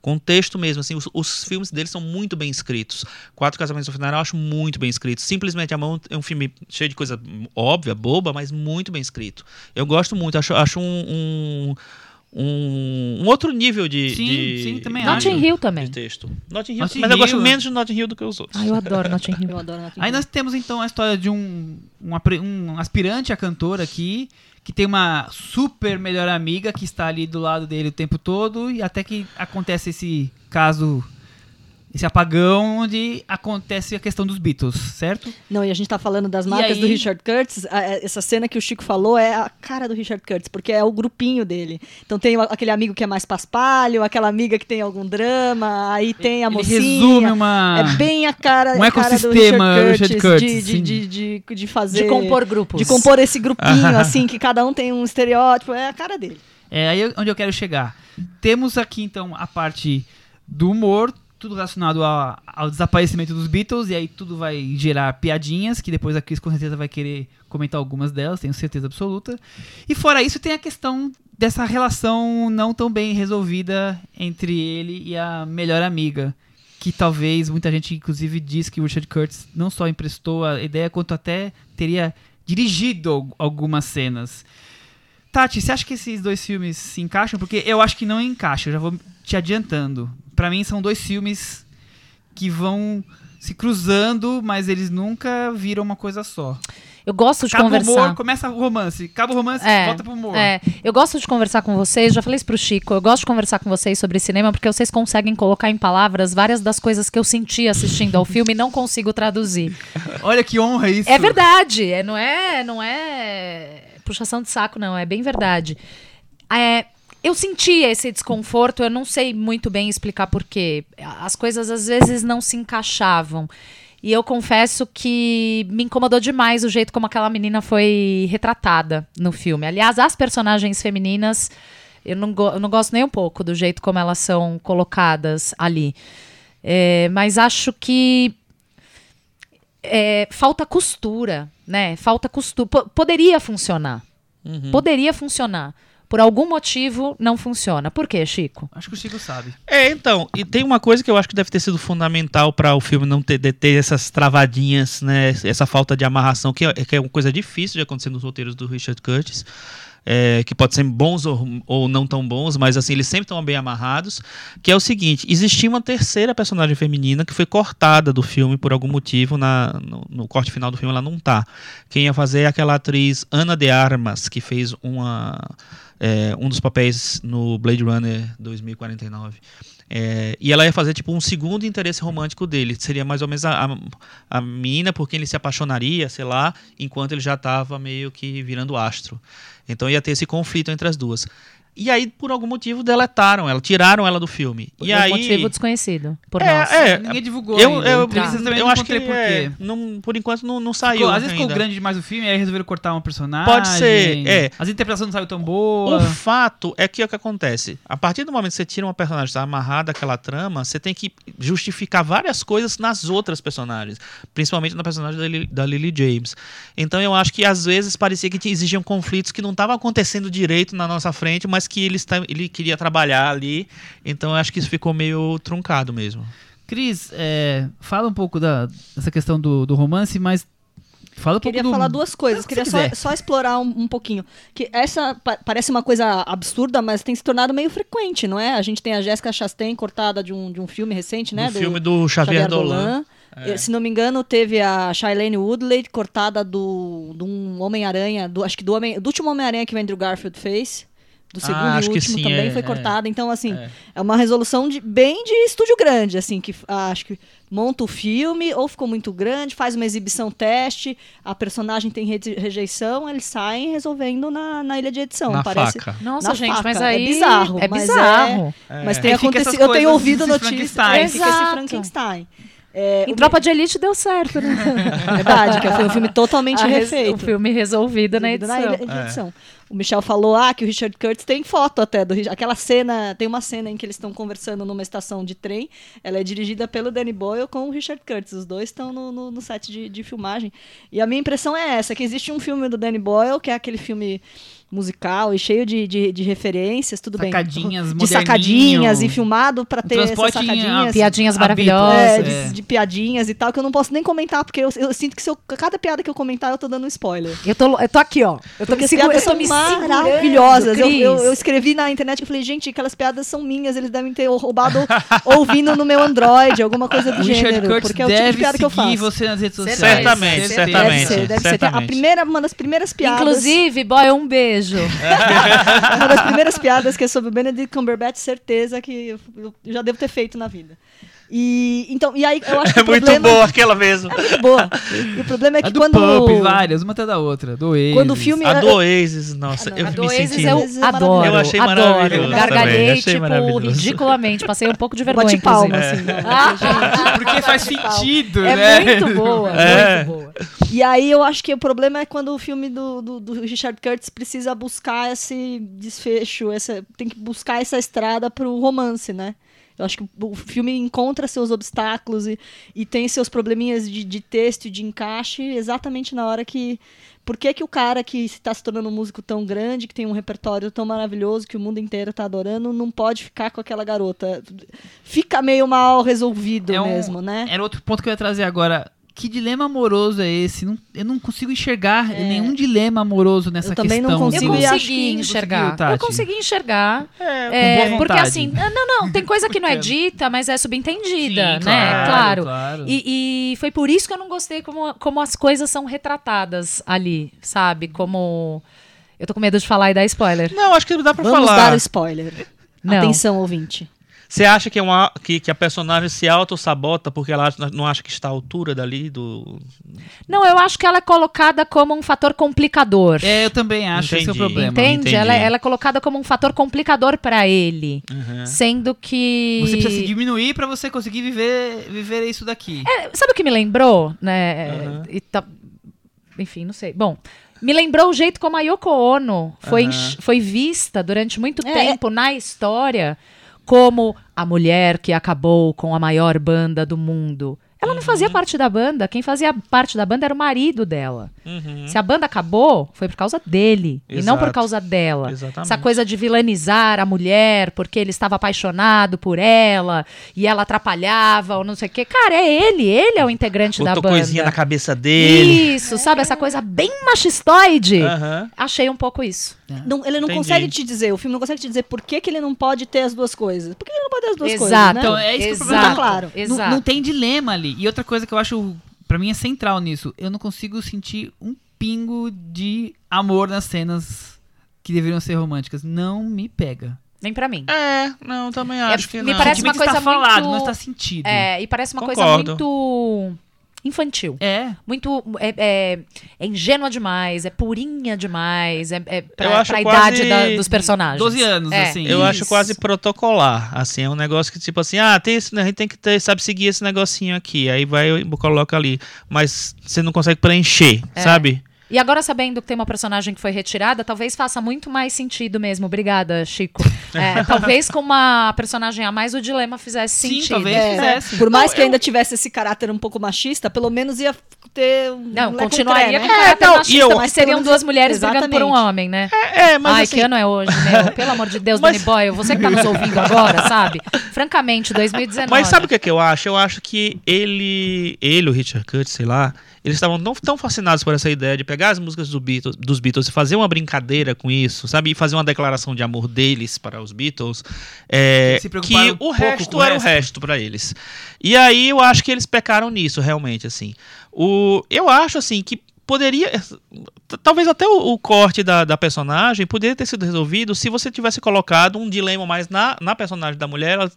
Com o texto mesmo, assim, os, os filmes dele são muito bem escritos. Quatro Casamentos no Final eu acho muito bem escrito. Simplesmente a mão é um filme cheio de coisa óbvia, boba, mas muito bem escrito. Eu gosto muito, acho, acho um, um, um- um outro nível de. Sim, de- sim, também de- acho. Notting Hill De também. texto. Notting Hill, Notting mas eu gosto Hill. é Ah, menos de Notting Hill do que os outros. Ai, eu adoro Notting Hill. Eu adoro Notting Aí Hill. nós temos então a história de um, um, apre- um aspirante a cantor aqui, que tem uma super melhor amiga que está ali do lado dele o tempo todo, e até que acontece esse caso, esse apagão, onde acontece a questão dos Beatles, certo? Não, e a gente tá falando das marcas aí? do Richard Curtis. a- a- Essa cena que o Chico falou é a cara do Richard Curtis, porque é o grupinho dele. Então tem o- aquele amigo que é mais paspalho, aquela amiga que tem algum drama, aí tem a Ele mocinha. resume uma. É bem a cara, um a cara ecossistema, do Richard Richard Curtis, Curtis, de, sim. de, de, de, de fazer... De compor grupos. de compor esse grupinho, <laughs> assim, que cada um tem um estereótipo. É a cara dele. É aí onde eu quero chegar. Temos aqui então a parte do humor, tudo relacionado a- ao desaparecimento dos Beatles, e aí tudo vai gerar piadinhas, que depois a Cris com certeza vai querer comentar algumas delas, tenho certeza absoluta. E fora isso, tem a questão dessa relação não tão bem resolvida entre ele e a melhor amiga. Que talvez muita gente, inclusive, diz que o Richard Curtis não só emprestou a ideia, quanto até teria dirigido al- algumas cenas. Tati, você acha que esses dois filmes se encaixam? Porque eu acho que não encaixam, eu já vou te adiantando. Pra mim são dois filmes que vão se cruzando, mas eles nunca viram uma coisa só. Eu gosto de Acaba o humor, conversar. começa o romance. Acaba o romance, É, volta pro humor. É, eu gosto de conversar com vocês, já falei isso pro Chico, eu gosto de conversar com vocês sobre cinema porque vocês conseguem colocar em palavras várias das coisas que eu senti assistindo ao filme e não consigo traduzir. Olha que honra isso. né? É verdade, é, não é, não é puxação de saco não, é bem verdade. É, eu sentia esse desconforto, eu não sei muito bem explicar porquê. As coisas às vezes não se encaixavam. E eu confesso que me incomodou demais o jeito como aquela menina foi retratada no filme. Aliás, as personagens femininas, eu não, go- eu não gosto nem um pouco do jeito como elas são colocadas ali. É, mas acho que é, falta Hum. Uhum. costura, né? Falta costura. Poderia funcionar. Poderia funcionar. Por algum motivo, não funciona. Por quê, Chico? Acho que o Chico sabe. É, então, e tem uma coisa que eu acho que deve ter sido fundamental para o filme não ter, de ter essas travadinhas, né, essa falta de amarração, que é, que é uma coisa difícil de acontecer nos roteiros do Richard Curtis, é, que pode ser bons ou, ou não tão bons, mas assim, eles sempre estão bem amarrados, que é o seguinte, existia uma terceira personagem feminina que foi cortada do filme por algum motivo, na, no, no corte final do filme ela não tá. Quem ia fazer é aquela atriz Ana de Armas, que fez uma... É, um dos papéis no Blade Runner 2049. É, e ela ia fazer tipo um segundo interesse romântico dele. Seria mais ou menos a, a, a menina por quem ele se apaixonaria, sei lá, enquanto ele já estava meio que virando astro. Então ia ter esse conflito entre as duas. E aí, por algum motivo, deletaram ela, tiraram ela do filme. Por e um aí, motivo desconhecido. Por É, nós. é, Ninguém divulgou eu, ainda. eu, Então, vocês também eu não acho que encontrei por é, quê. não, por enquanto não, Ficou- não saiu. às vezes ficou ainda. grande demais o filme, aí resolveram cortar um personagem. Pode ser, é. As interpretações não saíram tão O boas. fato é que é o que acontece. A partir do momento que você tira uma personagem que está amarrada àquela trama, você tem que justificar várias coisas nas outras personagens. Principalmente na personagem da, Lily- da Lily James. Então eu acho que às vezes parecia que te- existiam conflitos que não estavam acontecendo direito na nossa frente, mas que ele, está, ele queria trabalhar ali. Então eu acho que isso ficou meio truncado mesmo. Cris, é, fala um pouco da, dessa questão do, do romance, mas fala um pouco Queria do... falar duas coisas, Não, se queria só, quiser. só explorar um, um pouquinho. Que essa pa- parece uma coisa absurda, mas tem se tornado meio frequente, não é? A gente tem a Jéssica Chastain cortada de um, de um filme recente, né? no filme do Xavier, Dolan. É. Eh, Se não me engano, teve a Shailene Woodley cortada do, de um Homem-Aranha, do, acho que do, Homem- do último Homem-Aranha que o Andrew Garfield fez. Do Ah, segundo acho e que último sim, também é, é. foi cortada. Então, assim, É. é, uma resolução de, bem de estúdio grande, assim, que ah, acho que monta o filme, ou ficou muito grande, faz uma exibição teste, a personagem tem re- rejeição, eles saem resolvendo na, na ilha de edição. na parece. faca. Nossa, na gente, faca. mas É aí. bizarro, É mas bizarro. Mas É. tem Aí fica essas acontecido. Eu tenho coisas, ouvido esses notícias. Frankenstein. É, fica esse Exato. Frankenstein. É, Em o Tropa de Elite deu certo, né? Verdade, que foi um <laughs> filme totalmente A res- refeito. O filme resolvido na Resolvido edição. ilha- É. na edição. O Michel falou ah, que o Richard Curtis tem foto até do Rich- aquela cena, tem uma cena em que eles estão conversando numa estação de trem. Ela é dirigida pelo Danny Boyle com o Richard Curtis. Os dois estão no, no- no set de, de filmagem. E a minha impressão é essa, que existe um filme do Danny Boyle, que é aquele filme musical e cheio de, de, de referências, tudo Sacadinhas, bem. De moderninho. Um sacadinhas e filmado para ter essas transporte em- sacadinhas. Piadinhas Habitual, É, maravilhosas. de, de piadinhas e tal, que eu não posso nem comentar, porque eu, eu sinto que se eu- cada piada que eu comentar, eu tô dando um spoiler. Eu tô, eu tô aqui, ó. Eu tô Porque me as segurando. piadas Eu tô são me segurando, é maravilhosas. Eu, eu- é Cris. eu escrevi na internet, eu falei, gente, aquelas piadas são minhas, eles devem ter roubado <laughs> ouvindo no meu Android, alguma coisa do O Richard gênero. Curtis porque é o tipo de deve piada que eu seguir faço. você nas redes Certeza. sociais. Certamente, Certeza. Deve certamente. ser, deve ser. A certamente. primeira, uma das primeiras piadas. Inclusive, boy, um beijo. <laughs> Uma das primeiras piadas que é sobre o Benedict Cumberbatch, certeza que eu, eu já devo ter feito na vida. E, então, e aí eu <laughs> acho que É o muito problema... boa aquela <laughs> mesmo. Muito boa. E o problema é que A do quando. Pump, várias, uma até da outra. Do Oasis. Quando o filme. A do Oasis, nossa, Ah, não, eu a me do Oasis senti... eu Oasis é adoro. maravilhoso. Eu achei adoro. maravilhoso também, Gargalhei, achei tipo, maravilhoso. ridiculamente. Passei um pouco de vergonha, Bate palma, inclusive. assim. <laughs> né? Porque faz sentido, É né? muito boa, É. muito boa. E aí eu acho que o problema é quando o filme do, do, do Richard Curtis precisa buscar esse desfecho, essa, tem que buscar essa estrada pro romance, né? Eu acho que o filme encontra seus obstáculos e, e tem seus probleminhas de, de texto e de encaixe exatamente na hora que. Por que, que o cara que está se tornando um músico tão grande, que tem um repertório tão maravilhoso, que o mundo inteiro está adorando, não pode ficar com aquela garota? Fica meio mal resolvido É um- mesmo, né? Era outro ponto que eu ia trazer agora. Que dilema amoroso é esse? Não- eu não consigo enxergar nenhum dilema amoroso nessa É. Eu também não questão. assim. consigo Eu Consegui, acho consegui que enxergar. conseguiu, eu Tati. consegui enxergar. É, É, com boa porque vontade. assim, ah, não, não, tem coisa que não é dita, mas é Sim, subentendida, né? Claro. claro. E, e foi por isso que eu não gostei como, como as coisas são retratadas ali, sabe? Como. Eu tô com medo de falar e dar spoiler. Não, acho que dá É, pra Vamos falar. dar o spoiler. Não. Atenção, ouvinte. Você acha que, é uma, que, que a personagem se auto-sabota porque ela acha- não acha que está à altura dali do. Não, eu acho que ela é colocada como um fator complicador. É, eu também acho, esse é o Entendi. problema. Entende? entendi. Ela, ela é colocada como um fator complicador pra ele. Uhum. Sendo que. Você precisa se diminuir pra você conseguir viver, viver isso daqui. Eh, Sabe o que me lembrou, né? Uhum. Aham. E tá- Enfim, não sei. Bom, me lembrou o jeito como a Yoko Ono foi, Uhum. Aham. enx- foi vista durante muito É, tempo na história como a mulher que acabou com a maior banda do mundo. Ela não Uhum. fazia parte da banda. Quem fazia parte da banda era o marido dela. Uhum. Se a banda acabou, foi por causa dele e não por Exato. causa dela. Exatamente. Essa coisa de vilanizar a mulher porque ele estava apaixonado por ela e ela atrapalhava ou não sei o quê. Cara, é ele, ele é o integrante da Botou banda. coisinha na cabeça dele. Isso, sabe? Essa coisa bem machistoide. Aham. Achei um pouco isso. Não, ele não Entendi. consegue te dizer, o filme não consegue te dizer por que, que ele não pode ter as duas coisas. Por que ele não pode ter as duas Exato. coisas? Né? Então, é isso que eu Exato. perguntava. Tá claro. Não- Exato. Não, tem dilema ali. E outra coisa que eu acho, pra mim, é central nisso. Eu não consigo sentir um pingo de amor nas cenas que deveriam ser românticas. Não me pega. Nem pra mim. É, não, também acho que me não. parece uma Sentimento está coisa falado, muito- não está sentido. É, e parece uma Concordo. coisa muito infantil. É. Muito. É, é- é ingênua demais, é purinha demais, é, é pra, Eu acho pra quase idade da- dos personagens. 12 anos, É. assim. Eu acho Isso. quase protocolar, assim, é um negócio que tipo assim, ah, tem esse, né, a gente tem que ter, sabe seguir esse negocinho aqui, aí vai e coloca ali, mas você não consegue preencher, É. sabe? E agora, sabendo que tem uma personagem que foi retirada, talvez faça muito mais sentido mesmo. Obrigada, <laughs> Chico. É, talvez com uma personagem a mais o dilema fizesse Sim, sentido. talvez É, fizesse. Por mais que ainda tivesse esse caráter um pouco machista, pelo menos ia ter um. Não, é leque um continuaria tré, com né? o caráter não, e machista, eu- mas seriam duas mulheres brigando por um Exatamente. homem, né? É, mas Ai, assim, que ano é hoje, meu? Pelo amor de <laughs> Deus, Mas- Danny Boyle, você que tá nos ouvindo agora, sabe? Francamente, 2019. Mas sabe o que, é que eu acho? Eu acho que ele, ele, o Richard Curtis, sei lá, eles estavam tão, tão fascinados por essa ideia de pegar as músicas do Beatles- dos Beatles e fazer uma brincadeira com isso, sabe? E fazer uma declaração de amor deles para os Beatles, é, Se que preocuparam um o pouco com resto o era o resto. resto para eles. E aí eu acho que eles pecaram nisso, realmente, assim. O, eu acho, assim, que poderia... t- Talvez até o, o corte da, da personagem poderia ter sido resolvido se você tivesse colocado um dilema mais na, na personagem da mulher. Ela,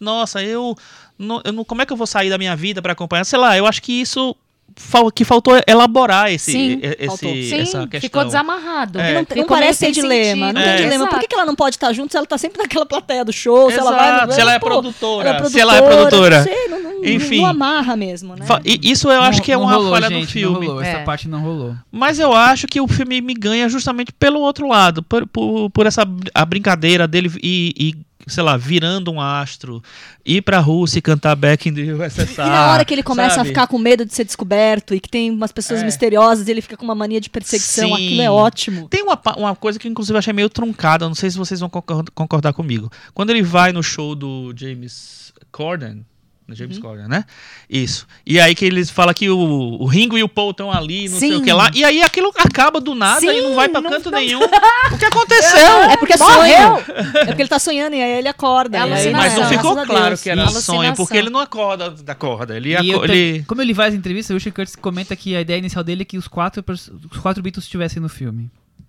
Nossa, eu não, eu não- como é que eu vou sair da minha vida para acompanhar? Sei lá, eu acho que isso fal- que faltou elaborar esse, Sim, e- esse- faltou. Sim, essa questão. ficou desamarrado. É. Não, Ficou não meio parece ter sem dilema. sentido. Não tem É. dilema. Por que, que ela não pode estar junto se ela tá sempre naquela plateia do show? Se Exato, ela vai no- se ela é Pô, produtora, ela é se ela é produtora, produtora. Não sei, não, não, Enfim. não amarra mesmo, né? Fa- e- Isso eu acho Não- que é não uma rolou, falha gente, do Não filme. rolou, É. Essa parte não rolou. Mas eu acho que o filme me ganha justamente pelo outro lado, por, por, por essa br- a brincadeira dele e, e, sei lá, virando um astro, ir pra Rússia e cantar Back in the USSR. E na hora que ele Ah, começa sabe? a ficar com medo de ser descoberto e que tem umas pessoas É. misteriosas e ele fica com uma mania de perseguição, Sim. aquilo é ótimo. Tem uma, pa- uma coisa que, inclusive, eu achei meio truncada. Não sei se vocês vão concor- concordar comigo. Quando ele vai no show do James Corden. no Uhum. James Corden, né? Isso. E aí que eles falam que o, o Ringo e o Paul estão ali, não sei Sim. o que lá. E aí aquilo acaba do nada e não vai pra não- canto não- nenhum. o que <laughs> aconteceu? É porque Morreu! sonho. É porque ele tá sonhando e aí ele acorda. É e aí- alucinação. Mas não Graças ficou a Deus. claro que era Isso. sonho, porque Alucinação. ele não acorda da corda. Ele, E eu aco- tam- ele- Como ele faz entrevista, o Richard Curtis comenta que a ideia inicial dele é que os quatro, pers- os quatro Beatles estivessem no filme.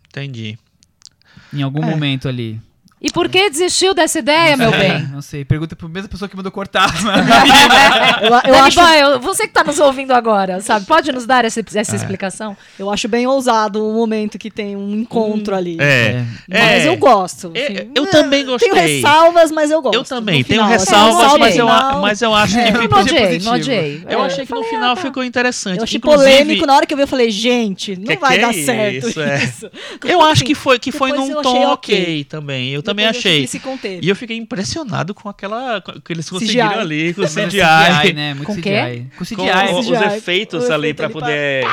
Entendi. Em algum momento ali. E por que desistiu dessa ideia, É. <laughs> meu É. bem? Não sei. Pergunta pra mesma pessoa que mandou cortar. <laughs> Eu, <laughs> Danny eu acho, Boyle, você que tá nos ouvindo agora, sabe? Pode nos dar essa, É. essa explicação? eu acho bem ousado o momento que tem um encontro ali. né? É. Mas É. eu gosto. É, enfim. eu também gostei. Tenho ressalvas, mas eu gosto. Eu também. No Tenho final, assim, ressalvas, ressalva mas eu, a- final. mas eu acho que Eu ficou não odiei, não positivo. odiei. Eu É. achei que no final ficou interessante. Eu achei Inclusive, polêmico. Na hora que eu vi, eu falei, gente, não Que vai que dar é certo isso, isso. é. Eu acho que foi, que foi assim, Depois num eu achei tom ok. ok também. Eu também achei. Se conteve. E eu fiquei impressionado com aquela. com- que eles conseguiram CGI. ali, <laughs> com o CGI. né? Muito Com CGI. quê? Com CGI. Com CGI. os efeitos O ali efeito pra ali poder.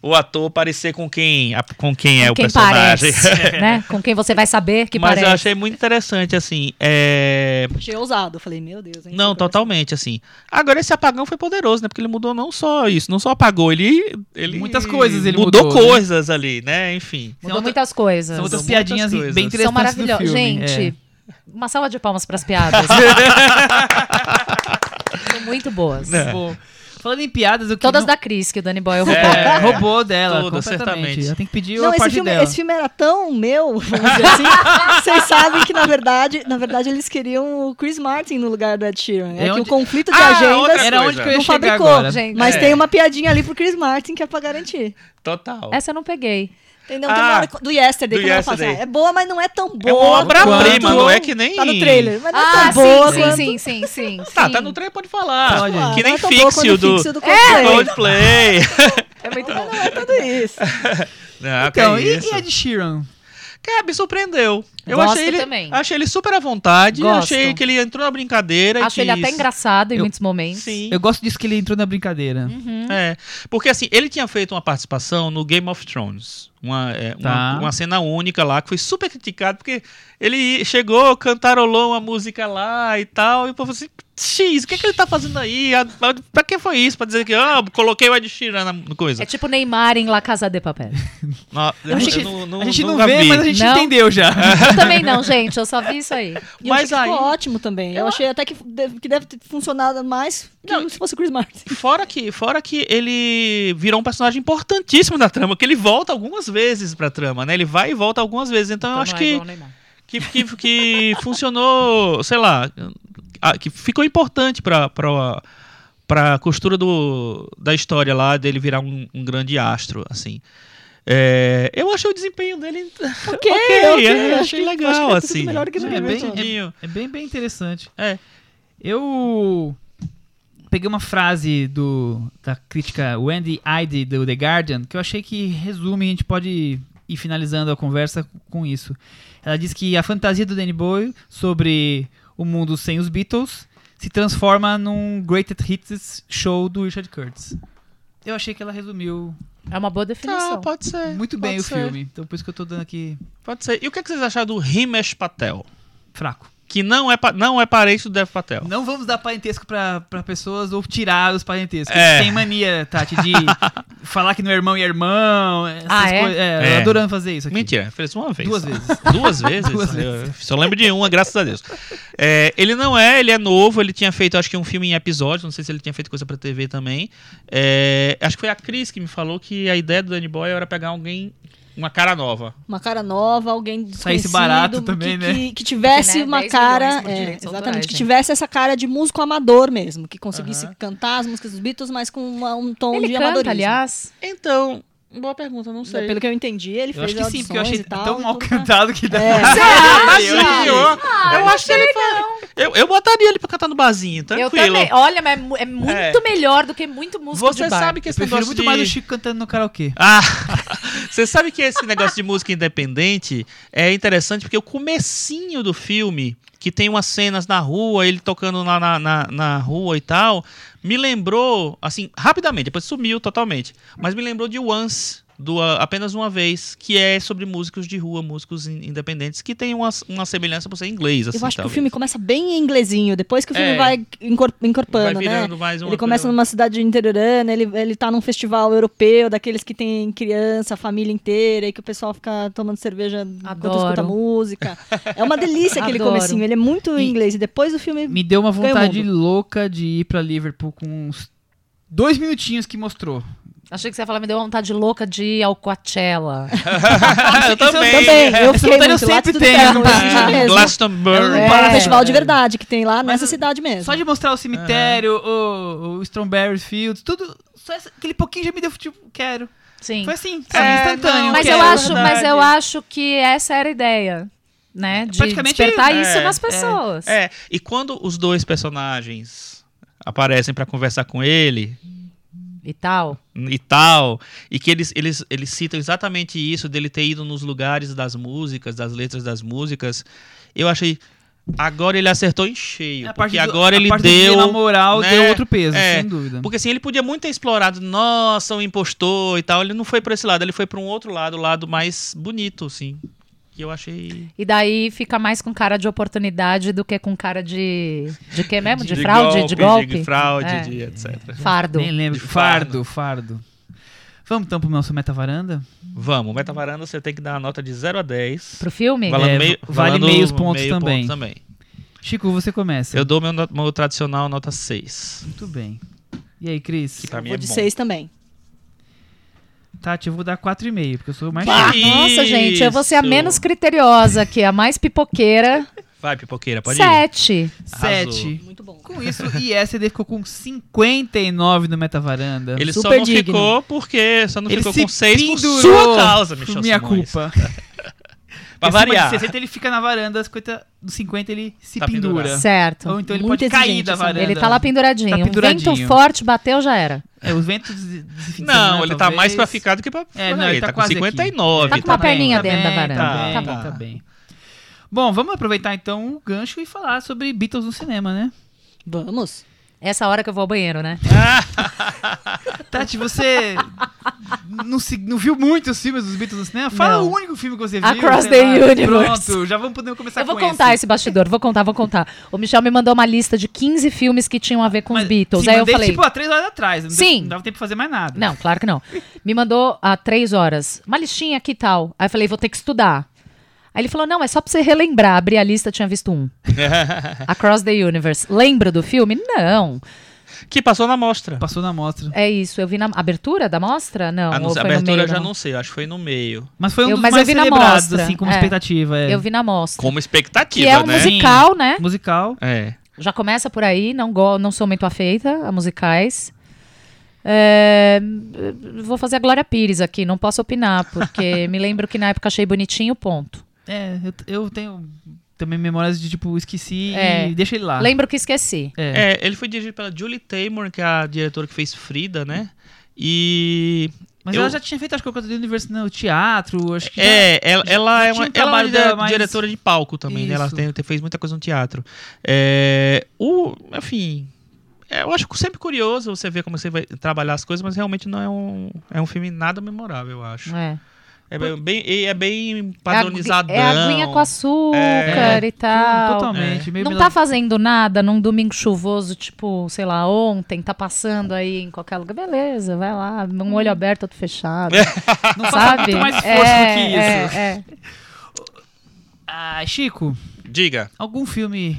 O ator parecer com quem, a- com quem é Com o quem personagem. parece, né? Com quem você vai saber que <laughs> Mas parece. eu achei muito interessante, assim. é, Achei ousado. Eu falei, meu Deus. hein, é Não, que coisa. totalmente, assim. Agora, esse apagão foi poderoso, né? Porque ele mudou não só isso, não só apagou, ele. ele Muitas coisas ele mudou, Mudou né? coisas ali, né? Enfim. São Mudou outra- muitas coisas. São outras São muitas piadinhas coisas. bem São interessantes do maravilhosas. filme. é. É. Gente, uma salva de palmas <laughs> pras piadas. São muito boas. É. Bom, falando em piadas, o que Todas não... da Cris, que o Danny Boyle roubou. É. <laughs> roubou dela, Todas, completamente. certamente. Ela tem que pedir Não, a esse parte filme, dela. esse filme era tão meu, vamos dizer assim. <laughs> Vocês sabem que, na verdade, na verdade, eles queriam o Chris Martin no lugar do Ed Sheeran. É É, que o onde- conflito de Ah, agendas outra Era coisa. onde que eu ia não chegar fabricou, agora. gente. Mas É. tem uma piadinha ali pro Chris Martin que é pra garantir. Total. Essa eu não peguei. Entendeu? Tem uma Ah, hora do Yesterday do que ela fala assim, Yesterday. "Ah, é boa, mas não é tão boa. É uma obra-prima, quanto- não é que nem. Tá no trailer, mas não é Ah, tão boa. sim, quanto- sim, sim, sim, sim, <laughs> sim. Tá, tá no trailer, pode falar. Pode. Ah, Que não nem é tão boa quanto fixio o do. fixio do do Coldplay. Coldplay. É muito Mas Ah, bom. Não é tudo isso. Não, que Então, é e, isso. e a de Sheeran? Cara, me surpreendeu. Eu Gosto achei ele, também. achei ele super à vontade. Gosto. Achei que ele entrou na brincadeira. e Acho ele quis- até engraçado em Eu- muitos momentos. Uhum. Sim. Eu gosto disso que ele entrou na brincadeira. É, porque assim, ele tinha feito uma participação no Game of Thrones. Uma, é, uma- Tá. uma, cena única lá, que foi super criticado, porque ele chegou, cantarolou uma música lá e tal, e o povo assim, X, o que, é que ele tá fazendo aí? A- a- Pra que foi isso? Pra dizer que, ah, coloquei o Ed Sheeran na no coisa. É tipo Neymar em La Casa <laughs> de Papel. Não, A eu não- gente eu não- Hum. não- a gente não nunca vê, vi. mas a gente Não. entendeu já. Eu também não, gente. Eu só vi isso <laughs> aí. E eu achei Mas que ficou aí- ótimo também. Eu achei até que deve, que deve ter funcionado mais que Não, se fosse o Chris Martin. Fora que, fora que ele virou um personagem importantíssimo da trama, que ele volta algumas vezes pra trama, né? Ele vai e volta algumas vezes. Então, eu Então acho não é que. igual o Neymar. que, que, que funcionou, sei lá, a- que ficou importante pra pra para costura do, da história lá dele virar um, um grande astro, assim. É, eu achei o desempenho dele <laughs> Ok, ok, eu acho achei que- legal, acho que ele é tudo assim. melhor que no É, primeiro bem- episódio. tudinho. É bem, bem interessante. É. Eu peguei uma frase do da crítica Wendy Ide do The Guardian que eu achei que resume, a gente pode ir finalizando a conversa com isso. Ela diz que a fantasia do Danny Boyle sobre o mundo sem os Beatles se transforma num Greatest Hits show do Richard Curtis. Eu achei que ela resumiu É uma boa definição. Tá, pode ser. muito bem É, pode o ser, filme. Então por isso que eu tô dando aqui Pode ser. E o que, é que vocês acharam do Rimesh Patel? fraco. Que não é, pa- não é parente do Dev Patel. Não vamos dar parentesco pra, pra pessoas ou tirar os parentescos. É. Tem mania, Tati, <laughs> de falar que não é irmão e é irmão. Essas Ah, é? coisas. eu É. adorando fazer isso aqui. Mentira, fez uma vez. tá? Duas só. <laughs> vezes. Duas vezes? <laughs> Duas Eu Só lembro de uma, graças a Deus. É, ele não é, ele é novo, ele tinha feito acho que um filme em episódios, não sei se ele tinha feito coisa pra TV também. É, acho que foi a Cris que me falou que a ideia do Danny Boy era pegar alguém, uma cara <laughs> nova. Uma cara nova, alguém Saísse desconhecido, barato que- também, que, né? Que, tivesse Porque, né, uma 10 cara, milhões por é, direitos autorais, exatamente, que gente. tivesse essa cara de músico amador mesmo, que conseguisse Aham. cantar as músicas dos Beatles, mas com uma- um tom Ele de canta, amadorismo. aliás. Então, boa pergunta, não sei. Pelo que eu entendi, ele Eu fez acho que sim, audições porque eu achei e tal, tão e mal tudo mais. cantado que dá. É. <laughs> Tadinho, eu- eu acho que ele foi- eu, eu botaria ele pra cantar no barzinho, Eu tranquilo. também. Olha, mas é mu- é muito É. melhor do que muito músico Você de bar. sabe que Eu esse prefiro negócio muito de... mais o Chico cantando no karaokê. Ah, <laughs> você sabe que esse negócio de música independente é interessante porque o comecinho do filme, que tem umas cenas na rua, ele tocando lá na, na, na rua e tal, me lembrou, assim, rapidamente, depois sumiu totalmente, mas me lembrou de Once, do ah, Apenas Uma Vez, que é sobre músicos de rua, músicos in- independentes, que tem uma, uma semelhança por ser inglês, assim, Eu acho que o talvez. filme começa bem em inglesinho, depois que o filme É. vai encor- vai encorpando, né? virando mais uma Ele começa coisa- numa cidade interiorana, ele, ele tá num festival europeu, daqueles que tem criança, família inteira, e que o pessoal fica tomando cerveja enquanto Adoro. escuta música. É uma delícia aquele <laughs> Adoro. comecinho, ele é muito E- inglês. E depois o filme Me deu uma Ganhou o vontade louca de ir pra Liverpool com uns dois minutinhos que mostrou. Achei que você ia falar, me deu uma vontade louca de ir <laughs> ao Coachella. Ah, eu Essa também. também, eu é um Essa vontade fiquei eu muito lá, sempre tudo tenho. bem, não tá? existe mesmo. Ah, Glastonbury. é um É. festival de verdade que tem lá nessa Mas- cidade mesmo. Só de mostrar o cemitério, o, o Strawberry Fields, tudo. Só essa- aquele pouquinho já me deu, tipo, quero. Sim. Foi assim, sabe, É, instantâneo. não, Mas quero. eu, acho, mas é- verdade. eu acho que essa era a ideia, né? De Praticamente despertar isso. isso É, nas é, pessoas. É, e quando os dois personagens aparecem pra conversar com ele E tal. e tal, e que eles, eles, eles citam exatamente isso, dele ter ido nos lugares das músicas, das letras das músicas, eu achei. Agora ele acertou em cheio. É, A parte porque do- agora a ele parte do dilema deu. moral né? deu outro peso, É, sem dúvida. Porque assim, ele podia muito ter explorado, nossa, um impostor e tal. Ele não foi pra esse lado, ele foi pra um outro lado, o lado mais bonito, assim. Que eu achei. E daí fica mais com cara de oportunidade do que com cara de. De quê mesmo? De, de fraude? de golpe? De fraude, É. de etc. Fardo. Nem lembro. De Fardo, fardo. fardo. Vamos então pro nosso meta varanda? Vamos, meta varanda você tem que dar uma nota de 0 a 10. Pro filme? Valendo É, meio- vale valendo meios pontos também. ponto também. Chico, você começa. Eu dou meu, no- meu tradicional nota 6. Muito bem. E aí, Cris? Que pra mim Vou é de bom. seis também. Tati, eu vou dar 4,5, porque eu sou o mais. Bah! chato. Nossa, gente, eu vou ser a Isso. menos criteriosa aqui, a mais pipoqueira. Vai, pipoqueira, pode ir. Sete. Arrasou. 7. Muito bom. Com isso, ISD ficou com 59 no meta varanda. Ele só Super não digno. ficou porque só não Ele ficou se com 6 por pendurou sua causa, Michel Minha Simões. culpa. Pra Acima de variar. 60 ele fica na varanda, 50 dos 50 ele se Tá pendura. pendurado. Certo. Ou então ele Muito pode cair exigente da essa varanda. Ele tá lá penduradinho. Tá Um penduradinho. vento forte bateu, já era. É, os ventos de- de fim de Não, semana, ele tá mais pra né, talvez. ficar do que pra. É, não, Ah, ele tá com quase aqui. 59. Tá com uma bem, perninha tá dentro bem, da varanda. Tá bem, Tá tá, bom. bem. Bom, vamos aproveitar então o gancho e falar sobre Beatles no cinema, né? Vamos. Essa hora que eu vou ao banheiro, né? Tati, você não, se- não viu muitos filmes dos Beatles no cinema? Fala Não. o único filme que você viu. Across sei the lá. Universe. Pronto, já vamos poder começar Eu vou com contar esse. esse bastidor, vou contar, vou contar. O Michel me mandou uma lista de 15 filmes que tinham a ver com os Mas- Beatles. sim, Aí eu mandei, falei. tipo, há três horas atrás. Não deu- Sim. Não dava tempo pra fazer mais nada. Não, claro que não. Me mandou há três horas. Uma listinha aqui e tal. Aí eu falei, vou ter que estudar. Aí ele falou, não, é só pra você relembrar. Abri a lista, tinha <laughs> visto um. Across the Universe. Lembro do filme? Não. Que passou na mostra. Passou na mostra. É isso, eu vi na abertura da mostra? Não, Ah, não ou sei, foi a no abertura meio né? eu da já mo- não sei, eu acho que foi no meio. Mas foi um Eu- dos mas eu mais vi na celebrados, mostra. assim, como É. expectativa. É. Eu vi na mostra. Como expectativa, Que é um né? music- musical, né? Musical. É. Já começa por aí, não, go não sou muito afeita a musicais. É, vou fazer a Glória Pires aqui, não posso opinar, <laughs> porque me lembro que na época achei bonitinho, ponto. É, eu, eu tenho também memórias de, tipo, esqueci É. e deixa ele Ah. lá. Lembro que esqueci. É. É, ele foi dirigido pela Julie Taymor, que é a diretora que fez Frida, né? E. Mas Eu- ela já tinha feito, acho que, coisa do universo, não, teatro, acho que... já- É, ela, ela é tinha uma, um ela é trabalho uma dela dire- mais- diretora de palco também, né? Ela Isso. tem, tem- fez muita coisa no teatro. É, o, enfim, é, eu acho sempre curioso você ver como você vai trabalhar as coisas, mas realmente não é um, é um filme nada memorável, eu acho. É. É bem, bem- e é bem É agu- padronizadão. É aguinha com açúcar É. e tal. Totalmente. Meio Não mela- tá fazendo nada num domingo chuvoso, tipo, sei lá, ontem, tá passando aí em qualquer lugar. Beleza, vai lá, um olho aberto, outro fechado. não faz sabe? É. muito mais força É, do que é, isso. é. Ah, Chico, Diga, algum filme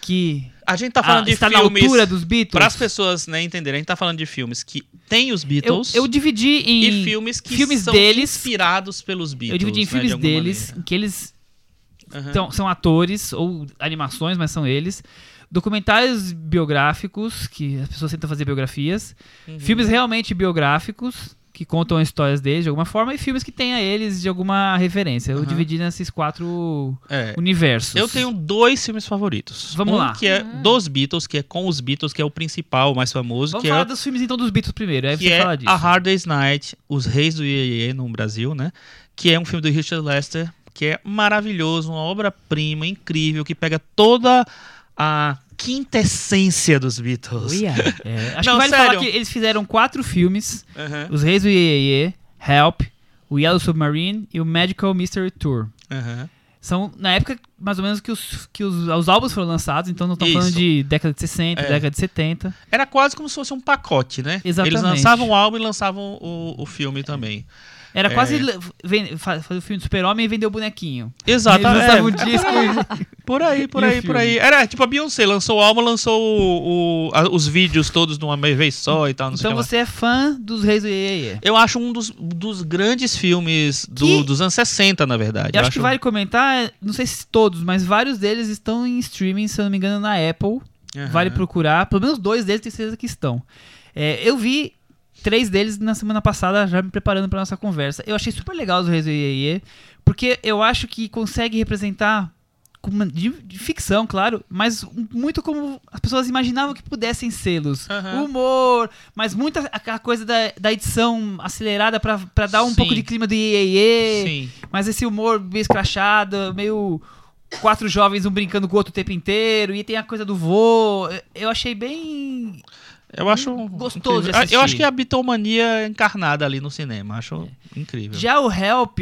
que a gente tá falando ah, de está na filmes... altura dos Beatles? Para as pessoas né, entenderem, a gente tá falando de filmes que tem os eu, Beatles eu dividi em e filmes que filmes são deles. inspirados pelos Beatles. eu dividi em né, de filmes alguma deles, maneira. em que eles Aham. tão- são atores ou animações, mas são eles. Documentários biográficos, que as pessoas tentam fazer biografias. Uhum. Filmes realmente biográficos, que contam histórias deles de alguma forma. E filmes que têm a eles de alguma referência. Eu Aham. dividi nesses quatro É, universos. Eu tenho dois filmes favoritos. Vamos um lá. que é dos Beatles, que é com os Beatles, que é o principal, o mais famoso, Vamos que falar é, dos filmes então dos Beatles primeiro, aí que você é fala disso. A Hard Day's Night, Os Reis do Iê no Brasil, né? Que é um filme do Richard Lester, que é maravilhoso, uma obra-prima incrível, que pega toda a quintessência dos Beatles. Uia. É, acho Não, que vale sério. falar que eles fizeram quatro filmes: Aham, Os Reis do Iê, Iê, Help, O Yellow Submarine e o Magical Mystery Tour. aham. São, na época, mais ou menos, que os, que os, os álbuns foram lançados, então não estamos Isso. falando de década de 60, É. década de 70. Era quase como se fosse um pacote, né? Eles Exatamente. lançavam o álbum e lançavam o, o filme também. Era É. quase le- ven- fa- fazer o filme do Super-Homem e vender o bonequinho. Eles Exatamente. lançavam um <laughs> disco e- Por aí, por E o aí, por filme? aí. Era tipo a Beyoncé, lançou o álbum, lançou o- o- a- os vídeos todos numa vez só e tal, não sei Então o que lá. você é fã dos Reis do Iê, Iê. Eu acho um dos, dos grandes filmes do- Que- dos anos 60, na verdade. Eu acho que vale comentar, não sei se todos, mas vários deles estão em streaming, se eu não me engano, na Apple. Aham. Vale procurar. Pelo menos dois deles tenho certeza que estão. É, eu vi três deles na semana passada, já me preparando para nossa conversa. Eu achei super legal os Reis do Iê, Iê, porque eu acho que consegue representar, com uma- de, de ficção, claro, mas muito como as pessoas imaginavam que pudessem sê-los. Aham. Humor, mas muita a, a coisa da, da edição acelerada para dar um Sim. pouco de clima do Iê, Iê. Sim. Mas esse humor meio escrachado, meio quatro jovens um brincando com o outro o tempo inteiro, e tem a coisa do vô. Eu- Eu achei bem. Eu acho. um Gostoso de incrível. assistir. Eu acho que é a bitomania encarnada ali no cinema. Acho incrível. Já o Help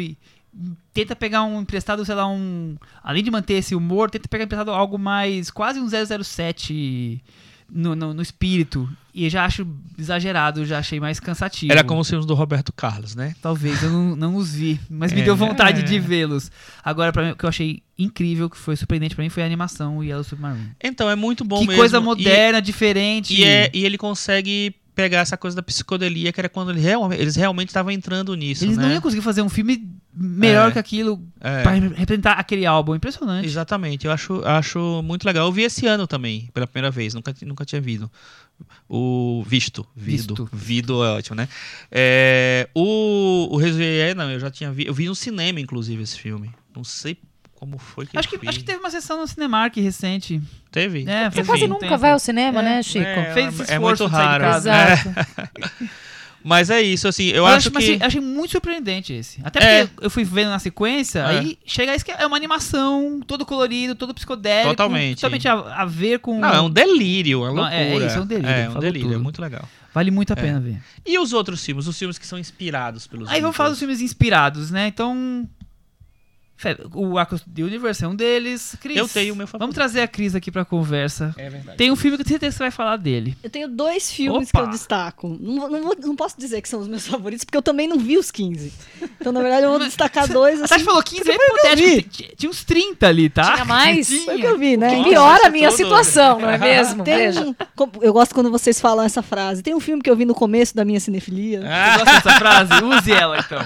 tenta pegar um emprestado, sei lá, um. Além de manter esse humor, tenta pegar emprestado algo mais. quase um 007 no, no, no espírito. E eu já acho exagerado, já achei mais cansativo. Era como os filmes do Roberto Carlos, né? Talvez, eu não, não os vi, mas me É. deu vontade <laughs> de vê-los. Agora, pra mim, o que eu achei incrível, que foi surpreendente pra mim, foi a animação Yellow Submarine. Então, é muito bom que mesmo. coisa E- moderna, diferente. E, é- e ele consegue pegar essa coisa da psicodelia, que era quando ele real- eles realmente estavam entrando nisso. Eles né? não iam conseguir fazer um filme melhor É. que aquilo É. pra re- representar aquele álbum. Impressionante. Exatamente, eu acho, acho muito legal. Eu vi esse ano também, pela primeira vez, nunca, nunca tinha visto. O visto, vido, Visto. vido é ótimo, né? É, o o Resumier, não, eu já tinha visto, eu vi no cinema inclusive esse filme. Não sei Como foi que Acho eu que, fiz? acho que teve uma sessão no Cinemark recente. Teve? É, Você faz quase um nunca tempo. vai ao cinema, É, né, Chico? é, Fez esse é esforço muito de sair de raro, casa. né? Exato. É. Mas é isso, assim, eu, acho, mas que... assim, achei muito surpreendente esse. Até É. porque eu fui vendo na sequência, É. aí chega isso que é uma animação, todo colorido, todo psicodélico. Totalmente. Totalmente a, a ver com. Não, é um delírio, é Não, loucura. é- é isso, é um delírio, É, um falou delírio, é tudo. muito legal. Vale muito a É. pena ver. E os outros filmes? Os filmes que são inspirados pelos Aí vamos falar dos filmes inspirados, né? Então. fe- O Across the Universe é um deles. Cris. Eu tenho o meu favorito. Vamos trazer a Cris aqui pra conversa. É verdade. Tem um filme que eu tenho certeza que você vai falar dele. Eu tenho dois filmes Opa! que eu destaco. Não, vou- não vou- não posso dizer que são os meus favoritos, porque eu também não vi os 15. Então, na verdade, eu vou destacar dois. A Tati Assim, falou 15, é hipotético. Tinha- Tinha uns 30 ali, tá? Tinha mais? Tinha. foi o que eu vi, né? Que Nossa, piora você a minha todo- situação, não é mesmo? Tem Veja. um- como- eu gosto quando vocês falam essa frase. Tem um filme que eu vi no começo da minha É. cinefilia, Você gosta dessa frase? Use ela <laughs> então.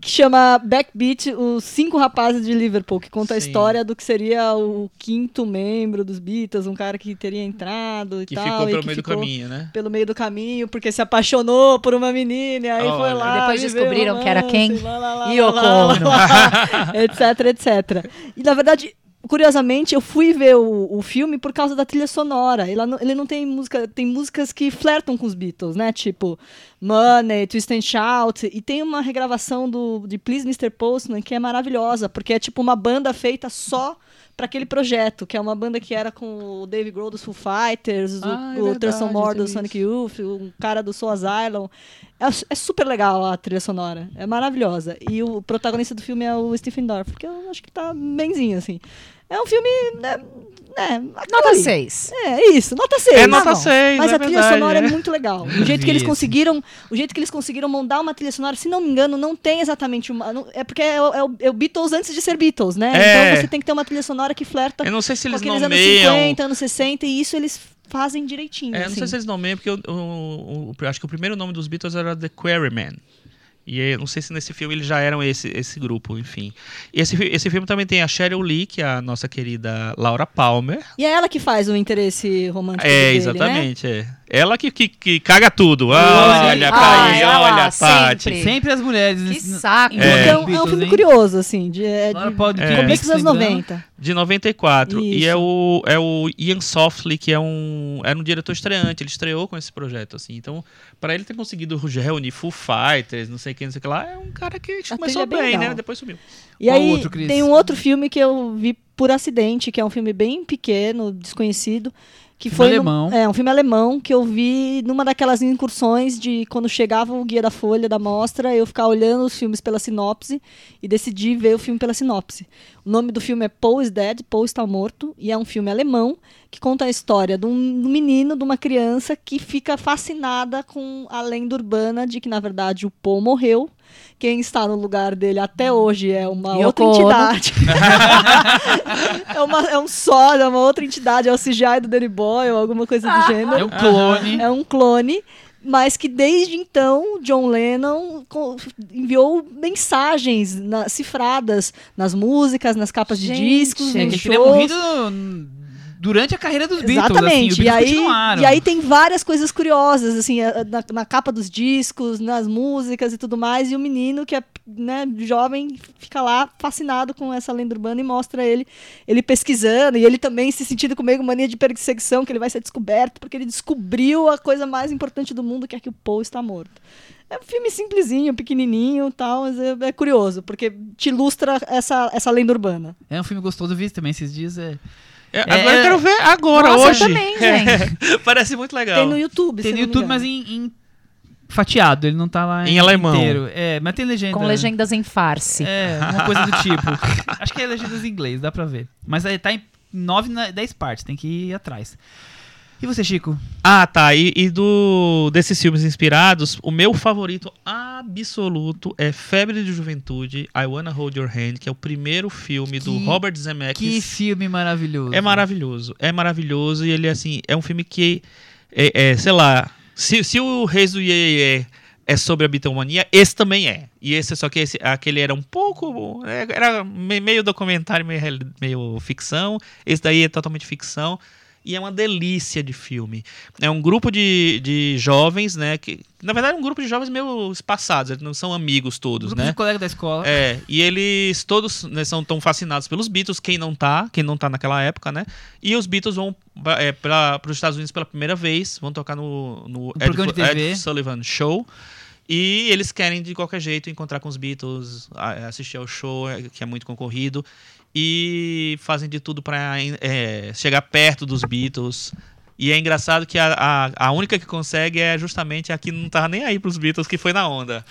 que chama Backbeat, Os Cinco Rapazes de Liverpool, que conta a Sim. história do que seria o quinto membro dos Beatles, um cara que teria entrado e que tal. ficou e pelo que meio do ficou caminho, né? Pelo meio do caminho, porque se apaixonou por uma menina, e aí Olha. foi lá. E depois viveu descobriram romance, que era quem? lá, lá, lá, Yoko lá, lá, lá, Ono. lá, etc, etc. E na verdade, curiosamente, eu fui ver o, o filme por causa da trilha sonora. Ele não, ele não tem música, tem músicas que flertam com os Beatles, né? Tipo Money, Twist and Shout. E tem uma regravação do, de Please Mr. Postman que é maravilhosa, porque é tipo uma banda feita só para aquele projeto, que é uma banda que era com o Dave Grohl dos Foo Fighters, o, Ah, é o verdade, Thurston Moore do tem Sonic Youth, um cara do Soul Asylum. É, su- é super legal a trilha sonora. É maravilhosa. E o protagonista do filme é o Stephen Dorff, que eu acho que tá benzinho, assim. É um filme. Né, né, Nota aquele. 6. É, é isso, nota 6. É nota 6, Mas é a trilha verdade, sonora né? é muito legal. O <laughs> jeito que eles Vi conseguiram, o jeito que eles conseguiram montar uma trilha sonora, se não me engano, não tem exatamente uma, não- é porque é, o- é o- é o Beatles antes de ser Beatles, né? É. Então você tem que ter uma trilha sonora que flerta Eu não sei se com eles Tá. aqueles nomeiam... anos 50, anos 60 e isso eles fazem direitinho, É, não assim. sei se eles nomeiam, porque eu, o- o- o- acho que o primeiro nome dos Beatles era The Quarrymen. E eu não sei se nesse filme eles já eram esse, esse grupo, enfim. E esse, fi- esse filme também tem a Cheryl Lee, que é a nossa querida Laura Palmer. E é ela que faz o interesse romântico É, dele, né? exatamente. é. Ela que, que, que caga tudo. Olha, Olha, ah, pra aí, ela olha, sempre. Tati. Sempre as mulheres. Que né? saco. É. Então, é um Beatles, filme hein? curioso, assim, de, é, de Laura Paul de É. começo Kings, dos anos lembrando. 90. De 94. E Isso. é o, é o Ian Softley, que é um, era um diretor estreante. Ele estreou com esse projeto, assim. Então, para ele ter conseguido reunir Full Fighters, não sei quem, não sei o que lá, é um cara que começou trilha é bem bem, né? legal. Depois sumiu. E Qual aí outro, Cris? tem um outro filme que eu vi por acidente, que é um filme bem pequeno, desconhecido, que Filme foi alemão. Num, é um filme alemão que eu vi numa daquelas incursões de quando chegava o guia da Folha da mostra, eu ficar olhando os filmes pela sinopse e decidi ver o filme pela sinopse. O nome do filme é Paul is Dead, Paul está morto, e é um filme alemão que conta a história de um menino, de uma criança que fica fascinada com a lenda urbana de que na verdade o Paul morreu. Quem está no lugar dele até hoje é uma Yoko outra Ono. entidade. <laughs> é, uma, é um só, é uma outra entidade, é o CGI do Danny Boy ou alguma coisa do gênero. É um clone. É um clone, mas que desde então John Lennon co- enviou mensagens na- cifradas nas músicas, nas capas Gente, de discos, É, nos que ele shows. teria morrido no- durante a carreira dos Beatles. Exatamente. Assim, os e, Beatles aí, continuaram. e aí tem várias coisas curiosas, assim, eh, na, na capa dos discos, nas músicas e tudo mais. E o menino, que é né, jovem, fica lá fascinado com essa lenda urbana e mostra ele, ele pesquisando. E ele também se sentindo com meio mania de perseguição, que ele vai ser descoberto, porque ele descobriu a coisa mais importante do mundo, que é que o Paul está morto. É um filme simplesinho, pequenininho e tal, mas é, é curioso, porque te ilustra essa, essa lenda urbana. É um filme gostoso, eu vi também esses dias. É... É, agora É. eu quero ver agora, Nossa, eu hoje. <laughs> também, gente. É, <laughs> Parece muito legal. Tem no YouTube, Então, Tem se no não me YouTube, engano. mas em, em fatiado. Ele não tá lá Em alemão. inteiro. É, mas tem legenda. Com né? legendas em farce. É, uma coisa do tipo. Acho que é legendas em inglês, dá pra ver. Mas aí tá em 9, 10 partes, tem que ir atrás. E você, Chico? Ah, tá. E, e do desses filmes inspirados, o meu favorito absoluto é Febre de Juventude, I Wanna Hold Your Hand, que é o primeiro filme do Que- Robert Que Zemeckis. filme maravilhoso. É maravilhoso. É maravilhoso e ele assim é um filme que é, é, sei lá. Se, se o Reis do Iê Iê é sobre a bitomania, esse também é. E esse só que esse, aquele era um pouco é, era me- meio documentário, meio, reali- meio ficção. Esse daí é totalmente ficção. e é uma delícia de filme. É um grupo de, de jovens, né? Que, na verdade, é um grupo de jovens meio espaçados, eles não são amigos todos, Um Grupo né? de colega da escola. É, e eles todos né, são tão fascinados pelos Beatles, quem não tá, quem não tá naquela época, né? E os Beatles vão para é, os Estados Unidos pela primeira vez, vão tocar no, no Ed, programa de Fu- TV. Ed Sullivan Show. E eles querem, de qualquer jeito, encontrar com os Beatles, a- assistir ao show, é, que é muito concorrido. E fazem de tudo pra é, chegar perto dos Beatles. E é engraçado que a, a, a única que consegue é justamente a que não tava nem aí pros Beatles, que foi na onda.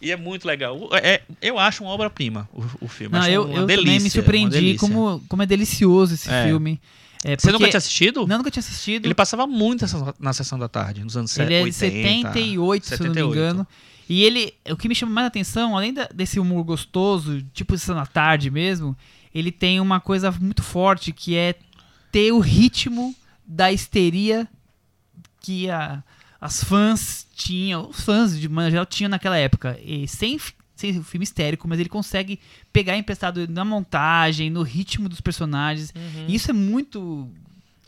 E é muito legal. O- é- eu acho uma obra-prima o, o filme. Não, acho eu, é uma eu delícia, também me uma surpreendi delícia. como, como é delicioso esse É. filme. É, Você nunca porque- tinha assistido? Não, nunca tinha assistido. Ele passava muito essa- na sessão da tarde, nos anos Ele é de 80. 78, se eu não me 78. engano. E ele, o que me chama mais atenção, além da- desse humor gostoso, tipo isso na tarde mesmo, ele tem uma coisa muito forte que é ter o ritmo da histeria que a- as fãs tinham, os fãs de maneira geral tinham naquela época. E sem, fi- sem o filme histérico, mas ele consegue pegar emprestado na montagem, no ritmo dos personagens. E isso é muito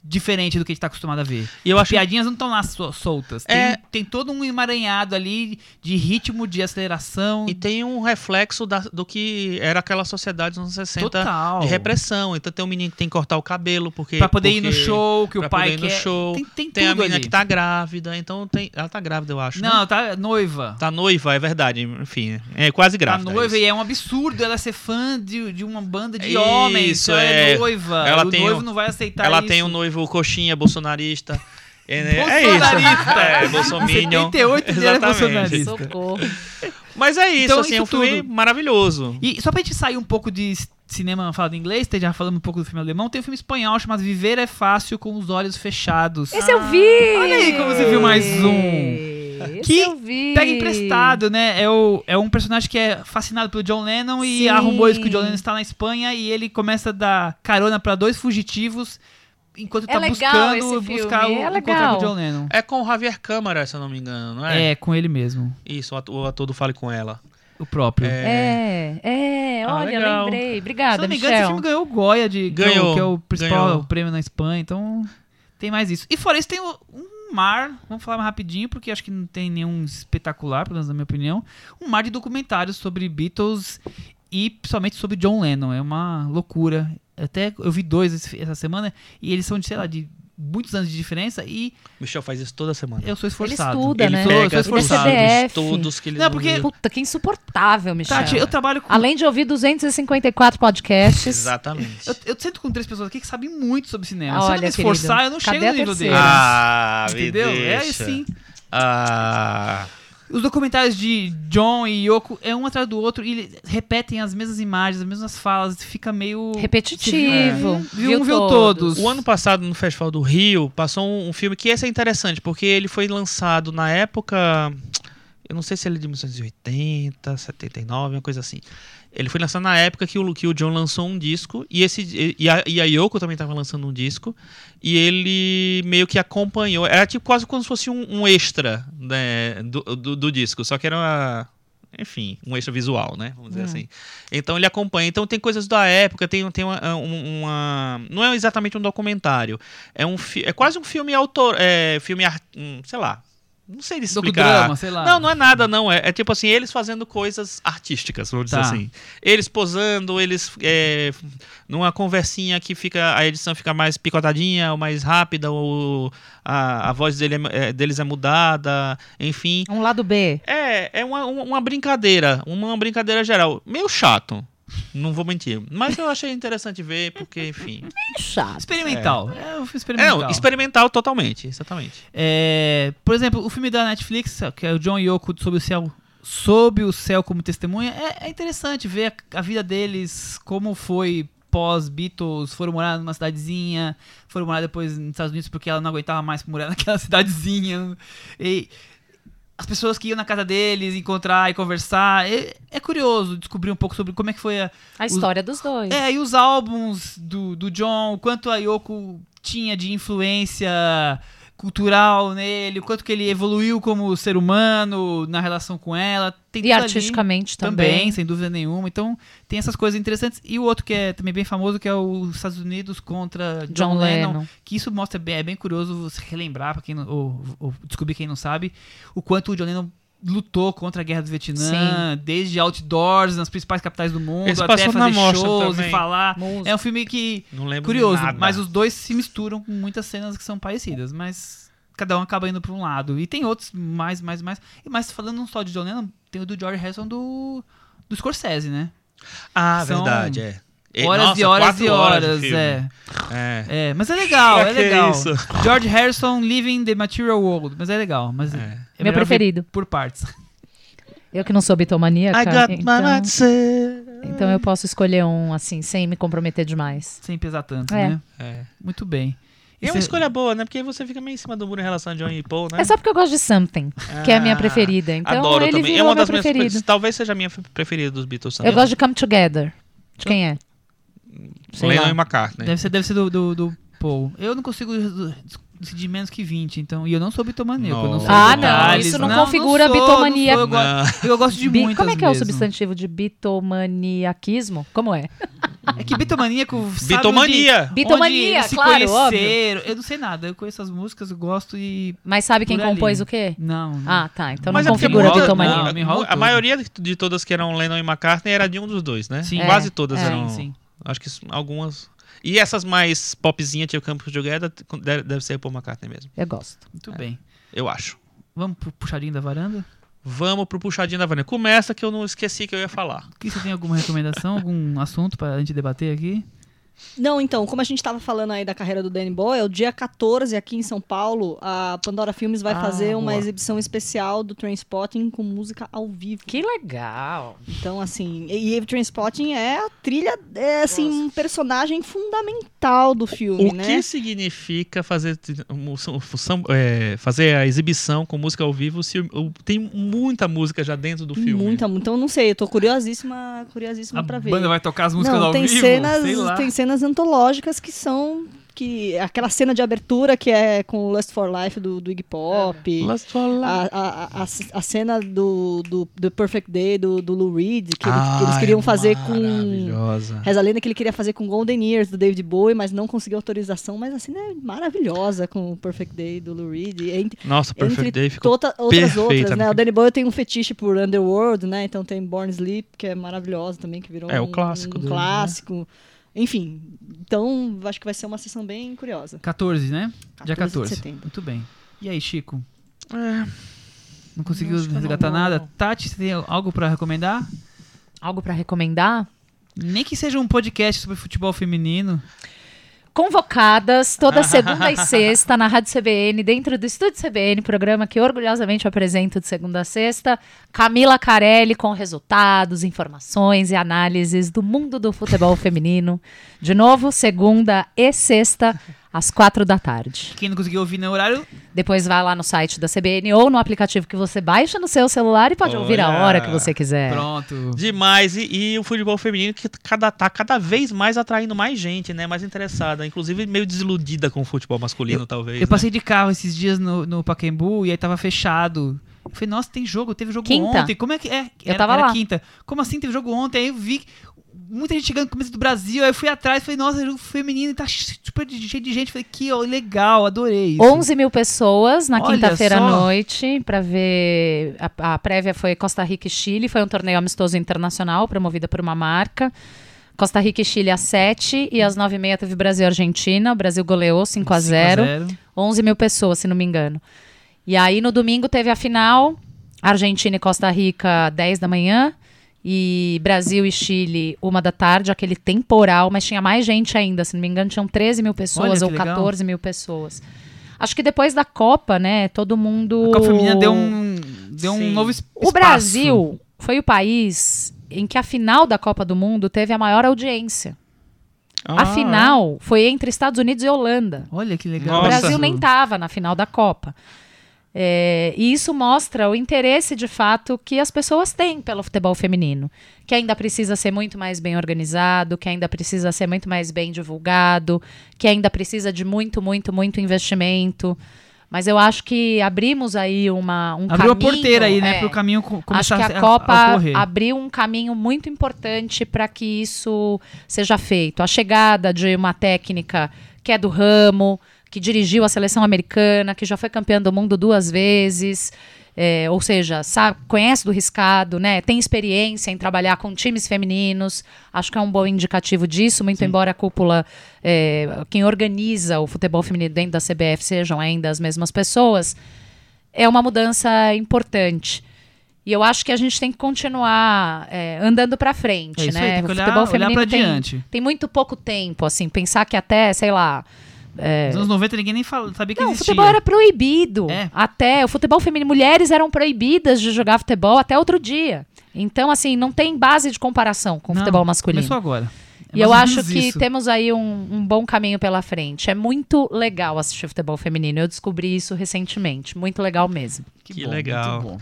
diferente do que a gente tá acostumado a ver. E eu As acho piadinhas não estão lá so- soltas. Tem, É. tem todo um emaranhado ali de ritmo, de aceleração. E tem um reflexo da- do que era aquela sociedade dos anos 60 total. de repressão. Então tem um menino que tem que cortar o cabelo porque. Pra poder ir no porque show, que o pra pai poder ir no quer. show. Tem, tem, Tem a tudo menina ali. que tá grávida, então tem. Ela tá grávida, eu acho. né? Não, tá noiva. Tá noiva, é verdade. Enfim, é quase Tá grávida. noiva é e é um absurdo ela ser fã de, de uma banda de Isso, homens. Ela é é. noiva. Ela o tem noivo um- não vai aceitar Ela isso. tem um noivo coxinha <laughs> bolsonarista. É, né? É Bolsonarista. isso. <laughs> É, bolsominion. 78 ele era Exatamente. bolsonarista. Socorro. Mas é isso, Então, assim, isso é um filme tudo. maravilhoso. E só pra gente sair um pouco de c- cinema falado em inglês, te- já falando um pouco do filme alemão, tem um filme espanhol chamado Viver é Fácil com os Olhos Fechados. Esse eu vi! Olha aí como você viu mais um. Esse Que eu vi. Pega emprestado, né? É, o, é um personagem que é fascinado pelo John Lennon e Sim. há rumores que o John Lennon está na Espanha e ele começa a dar carona pra dois fugitivos enquanto É tá legal buscando esse buscar o, filme, é encontrar legal. o John Lennon. É com o Javier Câmara, se eu não me engano, não é? É, com ele mesmo, Isso, o ato- o ator do Fale Com Ela. o próprio. É, é, Ah, olha, legal. lembrei. Se Obrigada, não me engano, esse Michel. filme ganhou o Goya de Ganhou, que é o principal ganhou. prêmio na Espanha, então tem mais isso. E fora isso tem o- um mar, vamos falar mais rapidinho porque acho que não tem nenhum espetacular, pelo menos na minha opinião, um mar de documentários sobre Beatles e principalmente sobre John Lennon, é uma loucura. Até eu vi dois esse- essa semana e eles são de, sei lá, de muitos anos de diferença e Michel faz isso toda semana. eu sou esforçado. estuda, Eu né? sou- eu sou Pega tudo. esforçado. DCDF. dados todos que ele Não, porque- viu. Puta, que insuportável, Michel. Tati, eu trabalho com Além de ouvir 254 podcasts. Exatamente. eu, eu sento com três pessoas aqui que sabem muito sobre cinema. Se eu Olha, não me esforçar, querido, eu não cadê chego no a nível terceira? deles. Ah, me Entendeu? É deixa. assim. Ah. Os documentários de John e Yoko é um atrás do outro e eles repetem as mesmas imagens, as mesmas falas, fica meio. Repetitivo. Viu, um, viu todos. O ano passado, no Festival do Rio, passou um, um filme que esse é interessante, porque ele foi lançado na época. Eu não sei se ele é de 1980, 79, uma coisa assim. Ele foi lançado na época que o, que o John lançou um disco, e, esse, e, a, e a Yoko também estava lançando um disco, e ele meio que acompanhou. Era tipo quase como se fosse um, um extra né, do, do, do disco, só que era uma- Enfim, um extra visual, né? Vamos dizer assim. Então ele acompanha. Então tem coisas da época, tem, tem uma, um- uma- Não é exatamente um documentário. É, um, fi- é quase um filme autor. É, filme. ar- hum, sei lá. Não sei explicar. Docudrama, sei lá. Não, não é nada, não. É, é tipo assim, eles fazendo coisas artísticas, vamos Tá. dizer assim. Eles posando, eles. é, numa conversinha que fica. A edição fica mais picotadinha, ou mais rápida, ou a, a voz dele é- é- deles é mudada, enfim. Um lado B. É, é uma, uma- uma brincadeira, uma brincadeira geral. Meio chato, não vou mentir. Mas eu achei interessante ver, porque, enfim. Chato. Experimental. É, um filme É, experimental. um experimental totalmente, exatamente. É, por exemplo, o filme da Netflix, que é o John Yoko sobre o céu, sob o céu como testemunha, é, é interessante ver a, a vida deles, como foi pós-Beatles, foram morar numa cidadezinha, foram morar depois nos Estados Unidos porque ela não aguentava mais morar <laughs> naquela cidadezinha. E as pessoas que iam na casa deles encontrar e conversar. É, é curioso descobrir um pouco sobre como é que foi a, A Os- história dos dois. é, e os álbuns do, do John, o quanto a Yoko tinha de influência cultural nele, o quanto que ele evoluiu como ser humano na relação com ela. Tem E tudo ali artisticamente também, também. sem dúvida nenhuma. Então, tem essas coisas interessantes. E o outro que é também bem famoso, que é os Estados Unidos contra John, John Lennon, Lennon. Que isso mostra bem, é bem curioso se relembrar, para quem não, ou, ou descobrir quem não sabe, o quanto o John Lennon lutou contra a guerra do Vietnã, desde outdoors nas principais capitais do mundo, Esse até passou na fazer mostra shows e também. falar. Monstro. É um filme que Não lembro curioso, nada. mas os dois se misturam com muitas cenas que são parecidas, mas cada um acaba indo para um lado. E tem outros mais, mais, mais. E mas falando não só de John Lennon, tem o do George Harrison do do Scorsese, né? Ah, são verdade, é. E- horas nossa, e horas quatro e horas de horas, filme. é. É. É, mas é <laughs> legal, Pra é que legal. isso? George Harrison Living the Material World, mas é legal, mas é, é Meu melhor ver preferido. por partes. <laughs> Eu que não sou bitomaníaca, I got my então, mindset. então eu posso escolher um, assim, sem me comprometer demais. Sem pesar tanto, É. né? É. Muito bem. E é Cê- uma escolha boa, né? Porque aí você fica meio em cima do muro em relação a John e Paul, né? É só porque eu gosto de Something, que é a minha Ah, preferida. Então Adoro ele também. virou É uma meu das minhas preferido. preferidas. Talvez seja a minha preferida dos Beatles também. Eu gosto de Come Together. De quem é? sei Lennon lá. e McCartney. Deve ser, deve ser do, do, do Paul. Eu não consigo resu- decidir menos que 20, então. E eu não sou bitomaníaco. eu Não sou Ah, não, detalhes, isso não configura sou, não bitomania. sou, eu, gosto- Não. eu gosto de Bi- muitas Como é que é o mesmo. substantivo de bitomaniaquismo? Como é? É que bitomaníaco sabe Bitomania. onde- Bitomania, onde se claro, conheceram. Eu não sei nada. Eu conheço as músicas, eu gosto e... Mas sabe quem Por ali. compôs o quê? Não, não. Ah, tá. Então Mas não é porque configura moda- bitomania. não, me enrola a tudo. maioria de todas que eram Lennon e McCartney era de um dos dois, né? Sim. Quase É, todas é. eram. Sim, sim. Acho que s- algumas. E essas mais popzinhas, tipo Campos Together, de- deve ser Paul McCartney mesmo. Eu gosto. Muito É. bem. Eu acho. Vamos pro puxadinho da varanda? Vamos pro puxadinho da Vânia. Começa que eu não esqueci que eu ia falar. Que você tem alguma recomendação, algum assunto pra gente debater aqui? Não, então, como a gente estava falando aí da carreira do Danny Boyle, dia 14 aqui em São Paulo, a Pandora Filmes vai Ah, fazer uma boa. exibição especial do Trainspotting com música ao vivo. Que legal. Então, assim, e e o Trainspotting é a trilha, é assim, um personagem fundamental do filme, o né? é que significa fazer, t- mu- são- são- é, fazer a exibição com música ao vivo se o- o- tem muita música já dentro do filme? Muita, mu- então não sei, eu tô curiosíssima, curiosíssima A pra ver. banda vai tocar as músicas não, ao tem vivo? cenas, Sei lá. tem cenas antológicas que são que aquela cena de abertura que é com o Lust for Life do, do Iggy É. Pop. Last for Life. A, a, a, a cena do, do, do Perfect Day do, do Lou Reed, que, ele- que eles Ah, queriam é fazer com. Maravilhosa. Reza a lenda que ele queria fazer com Golden Years do David Bowie, mas não conseguiu autorização. Mas a cena é maravilhosa com o Perfect Day do Lou Reed. Entre, Nossa, Perfect entre Day ficou tota- outras perfeita, outras, né? né? O Danny Boyle tem um fetiche por Underworld, né? Então tem Born Sleep, que é maravilhosa também, que virou É, o um clássico um dele, né? clássico. Enfim, então acho que vai ser uma sessão bem curiosa. 14, né? Dia 14 de 14. setembro. Muito bem. E aí, Chico? É. Não conseguiu tá Acho que eu não resgatar vou, nada? não. Tati, você tem algo pra recomendar? Algo pra recomendar? Nem que seja um podcast sobre futebol feminino. Convocadas toda segunda e sexta na Rádio CBN, dentro do Estúdio CBN, programa que orgulhosamente eu apresento de segunda a sexta. Camila Carelli com resultados, informações e análises do mundo do futebol feminino. De novo, segunda e sexta, às quatro da tarde. Quem não conseguiu ouvir no horário, Depois vai lá no site da CBN ou no aplicativo que você baixa no seu celular e pode ouvir a Olha. hora que você quiser. pronto. Demais. E, e o futebol feminino que cada, tá cada vez mais atraindo mais gente, né? Mais interessada. Inclusive meio desiludida com o futebol masculino, talvez. né? Eu passei de carro esses dias no, no Pacaembu e aí tava fechado. Eu falei, nossa, tem jogo, teve jogo Quinta. ontem. Como é que é? Eu tava era lá. quinta. Como assim teve jogo ontem? Aí eu vi que muita gente chegando no começo do Brasil. Aí eu fui atrás, falei, nossa, jogo feminino e tá super de- cheio de gente. Falei, que ó, legal, adorei isso. 11 mil pessoas na Olha quinta-feira à só. noite para ver. A, a prévia foi Costa Rica e Chile, foi um torneio amistoso internacional promovido por uma marca. Costa Rica e Chile às 7 e às 9 e meia teve Brasil e Argentina. O Brasil goleou 5 a 0 11 mil pessoas, se não me engano. E aí no domingo teve a final, Argentina e Costa Rica, 10 da manhã. E Brasil e Chile, uma da tarde, aquele temporal, mas tinha mais gente ainda, se não me engano, tinham 13 mil Olha pessoas que ou legal. 14 mil pessoas. Acho que depois da Copa, né, todo mundo. A Copa Feminina deu um, deu um Sim. novo es- O espaço. Brasil foi o país em que a final da Copa do Mundo teve a maior audiência. Ah, a final foi entre Estados Unidos e Holanda. Olha que legal. Nossa. O Brasil nem tá estava na final da Copa. É, e isso mostra o interesse de fato que as pessoas têm pelo futebol feminino, que ainda precisa ser muito mais bem organizado, que ainda precisa ser muito mais bem divulgado, que ainda precisa de muito, muito, muito investimento. Mas eu acho que abrimos aí uma, um Abriu caminho. a porteira aí, né? é. Pro caminho co- começar Acho que a, a, Copa a ocorrer. abriu um caminho muito importante para que isso seja feito. A chegada de uma técnica que é do ramo, que dirigiu a seleção americana, que já foi campeã do mundo duas vezes, é, ou seja, sabe, conhece do riscado, né? Tem experiência em trabalhar com times femininos. Acho que é um bom indicativo disso, muito embora a cúpula, é, quem organiza o futebol feminino dentro da CBF sejam ainda as mesmas pessoas. É uma mudança importante. E eu acho que a gente tem que continuar é, andando para frente, É isso né? aí, tem que o olhar- futebol olhar feminino pra tem, diante. tem muito pouco tempo, assim, pensar que até, sei lá, Nos anos 90 ninguém nem fala- sabia que É. não, o existia. futebol era proibido. É. Até o futebol feminino, mulheres eram proibidas de jogar futebol até outro dia. Então, assim, não tem base de comparação com o Não, futebol masculino. Começou agora. É E eu mais ou acho menos que isso. temos aí um, um bom caminho pela frente. É muito legal assistir futebol feminino. Eu descobri isso recentemente. Muito legal mesmo. Que bom, legal. muito bom.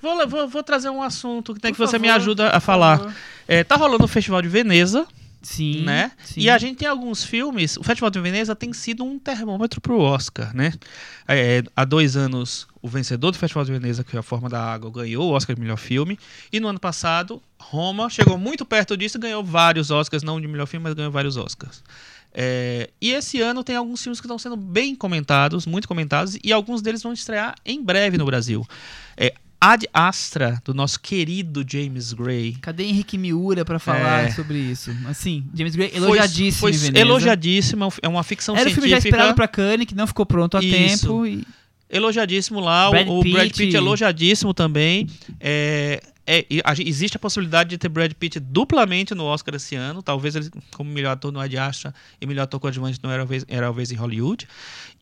Vou, le- vou- vou trazer um assunto que tem Por que você me favor, ajuda a por falar. favor. É, tá rolando o Festival de Veneza, Sim, né? sim. E a gente tem alguns filmes. O Festival de Veneza tem sido um termômetro pro Oscar, né? É, há dois anos, o vencedor do Festival de Veneza, que é A Forma da Água, ganhou o Oscar de melhor filme. E no ano passado, Roma chegou muito perto disso e ganhou vários Oscars, não de melhor filme, mas ganhou vários Oscars. É, e esse ano tem alguns filmes que estão sendo bem comentados, muito comentados, e alguns deles vão estrear em breve no Brasil. É, Ad Astra, do nosso querido James Gray, Cadê Henrique Miura pra falar É. sobre isso? Assim, James Gray, foi- elogiadíssimo foi em Veneza. elogiadíssima, é uma ficção Era o filme já científica. esperado pra Cannes, que não ficou pronto a Isso. tempo. E... Elogiadíssimo lá, o- Brad o, Brad Pitt. Pitt elogiadíssimo também. É, é, e a gen- existe a possibilidade de ter Brad Pitt duplamente no Oscar esse ano, talvez ele como melhor ator no Ad Astra e melhor ator coadjuvante no Era uma vez, Era uma vez em Hollywood.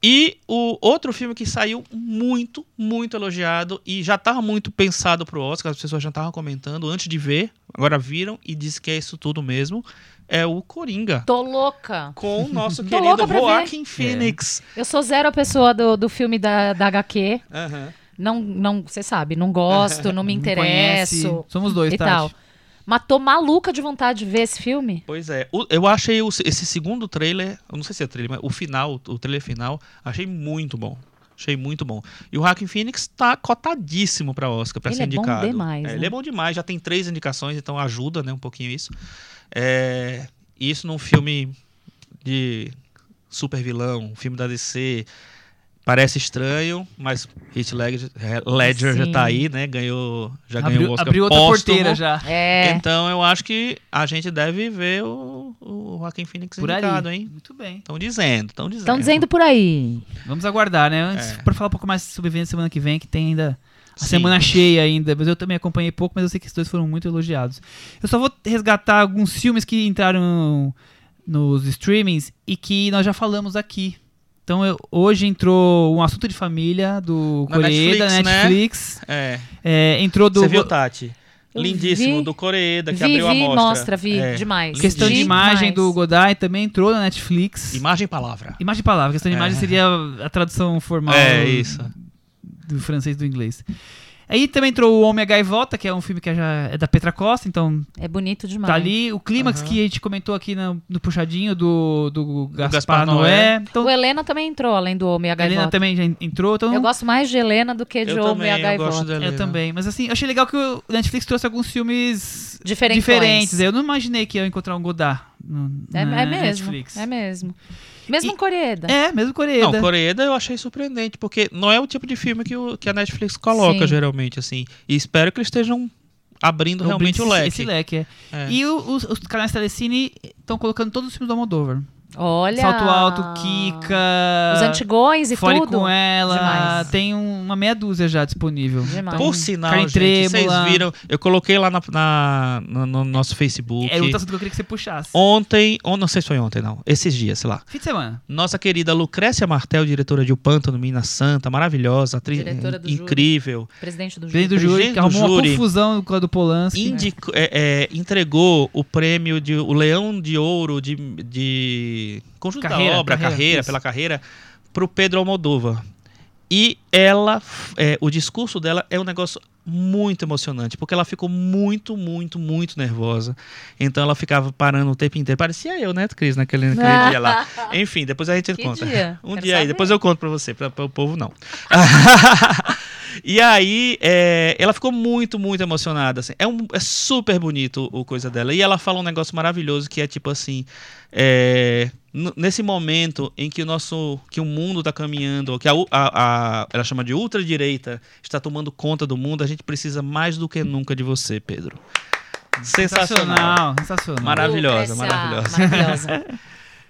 E o outro filme que saiu muito, muito elogiado e já estava muito pensado pro Oscar, as pessoas já estavam comentando antes de ver, agora viram e disse que é isso tudo mesmo, é o Coringa. Tô louca. Com o nosso louca querido pra ver. Joaquim Phoenix. Eu sou zero a pessoa do, do filme da, da HQ. Aham. Não, não, você sabe, não gosto, <laughs> não me não conhece. interesso. Somos dois, e Tati. tal. Mas tô maluca de vontade de ver esse filme. Pois é, O- eu achei o- esse segundo trailer, eu não sei se é trailer, mas o final, o trailer final, achei muito bom. Achei muito bom. E o Hacking Phoenix tá cotadíssimo pra Oscar, pra Ele ser é bom indicado. demais, né? Ele é bom demais, já tem três indicações, então ajuda, né, um pouquinho isso. É, e isso num filme de super vilão, um filme da DC, parece estranho, mas Heath Ledger, Ledger já Sim. tá aí, né, ganhou, já ganhou Abriu, o Oscar abriu outra póstumo. porteira já. É. Então eu acho que a gente deve ver o, o Joaquim Phoenix Por indicado, ali. hein? Muito bem. Estão dizendo, estão dizendo. Estão dizendo por aí. Vamos aguardar, né? Antes, É. pra falar um pouco mais sobre Veneza semana que vem, que tem ainda a Sim. semana cheia ainda. Mas eu também acompanhei pouco, mas eu sei que esses dois foram muito elogiados. Eu só vou resgatar alguns filmes que entraram nos streamings e que nós já falamos aqui. Então, eu- hoje entrou um assunto de família do Na Coreia, da Netflix, né? Netflix. É. É, entrou do Você viu, Tati? Eu Lindíssimo, vi. do Coreeda, que vi, abriu a vi, mostra. mostra, vi, É. demais. questão de Demais. imagem do Godai, também entrou na Netflix. Imagem e palavra. Imagem e palavra. Questão de É. imagem seria a tradução formal É, isso. do francês e do inglês. Aí também entrou o Homem a Gaivota, que é um filme que já é da Petra Costa, então É bonito demais. tá ali. O clímax Aham. que a gente comentou aqui na- no, puxadinho do, do Gaspar, Gaspar Noé. Noé. Então, o Helena também entrou, além do Homem e a a Helena Gaivota. também já en- entrou. Então, Eu gosto mais de Helena do que de Eu Homem e a também, eu gosto Gaivota. da eu Helena. também. Mas assim, eu achei legal que o Netflix trouxe alguns filmes Diferentões. diferentes. Eu não imaginei que ia encontrar um Godard no, É, é na mesmo, Netflix. é mesmo. Mesmo E- Coreeda. É, mesmo Coreia. Não, Coreeda eu achei surpreendente, porque não é o tipo de filme que, o- que a Netflix coloca, Sim. geralmente, assim. E espero que eles estejam abrindo realmente o leque. Esse leque, é. É. E o- os, os canais Telecine estão colocando todos os filmes do Almodóvar. Olha. Salto Alto, Kika. Os antigões e Fole tudo. com ela. Demais. Tem um- uma meia dúzia já disponível. Então, Demais. Por sinal, Carne gente, vocês trêmula. viram. Eu coloquei lá na, na- no, no nosso Facebook. Era outro assunto que eu queria que você puxasse. Ontem, ou não sei se foi ontem, não. Esses dias, sei lá. Fim de semana. Nossa querida Lucrécia Martel, diretora de O Pântano, Minas Santa, maravilhosa, atriz Diretora do incrível. Presidente do Vem júri. do júri, Presidente que do arrumou uma júri. confusão com a do Polanski. né? Indicou- é, é, entregou o prêmio de o Leão de Ouro de, de conjunto Carreira, da obra, carreira, carreira, isso. pela carreira, pro Pedro Almodova. E ela, f- é, o discurso dela é um negócio muito emocionante, porque ela ficou muito, muito, muito nervosa. Então ela ficava parando o tempo inteiro. Parecia eu, né, Cris, naquele, naquele dia <laughs> lá. Enfim, depois a gente Que conta. dia? <laughs> Um Quero dia aí, saber. depois eu conto pra você, pra, pra o povo não. <laughs> e aí, é, ela ficou muito, muito emocionada. assim. É, um- é super bonito o coisa dela. E ela fala um negócio maravilhoso que é tipo assim. é, n- nesse momento em que o nosso que o mundo tá caminhando que a, u- a- a- ela chama de ultradireita está tomando conta do mundo a gente precisa mais do que nunca de você Pedro Sensacional, sensacional sensacional. Mara- Maravilhosa, Lucrecia, maravilhosa. <laughs> maravilhosa.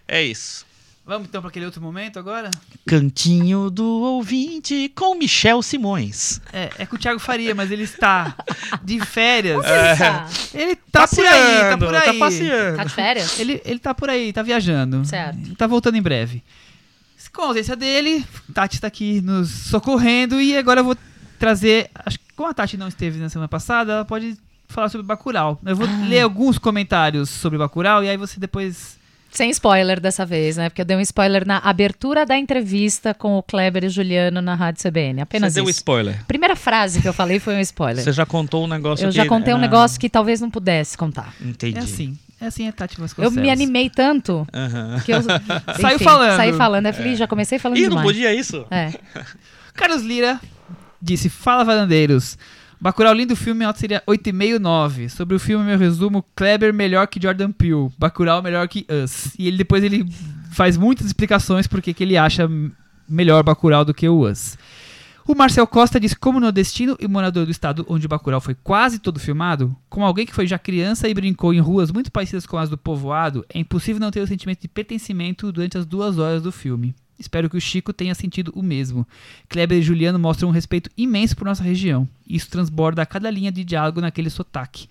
é isso Vamos então para aquele outro momento agora? Cantinho do Ouvinte com Michel Simões. É, é com o Thiago Faria, mas ele está de férias. É. Tá Ele tá por aí, tá por aí. Tá de férias? Ele, ele tá por aí, tá viajando. Certo. Tá voltando em breve. Com a ausência dele, Tati tá aqui nos socorrendo e agora eu vou trazer. Acho que como a Tati não esteve na semana passada, ela pode falar sobre Bacurau. Eu vou Ah. ler alguns comentários sobre Bacurau e aí você depois. é Sem spoiler dessa vez, né? Porque eu dei um spoiler na abertura da entrevista com o Kleber e Juliano na Rádio CBN. Apenas Você deu isso. spoiler. Primeira frase que eu falei foi um spoiler. Você já contou um negócio Eu que- já contei um Ah, negócio que talvez não pudesse contar. Entendi. É assim. É assim, é Tati Eu Vasconcelos. me animei tanto Aham. <laughs> que eu Saiu enfim, falando. Saí falando, eu falei, já comecei falando É. Ih, não demais. podia isso? É. Carlos Lira disse: Fala, varandeiros. Bacurau, lindo filme, nota seria 8,5, 9. Sobre o filme, meu resumo, Kleber melhor que Jordan Peele, Bacurau melhor que Us. E ele depois ele faz muitas explicações porque que ele acha m- melhor Bacurau do que o Us. O Marcel Costa diz como nordestino e morador do estado onde Bacurau foi quase todo filmado, como alguém que foi já criança e brincou em ruas muito parecidas com as do povoado, é impossível não ter o sentimento de pertencimento durante as duas horas do filme. Espero que o Chico tenha sentido o mesmo. Kleber e Juliano mostram um respeito imenso por nossa região. e Isso transborda a cada linha de diálogo naquele sotaque.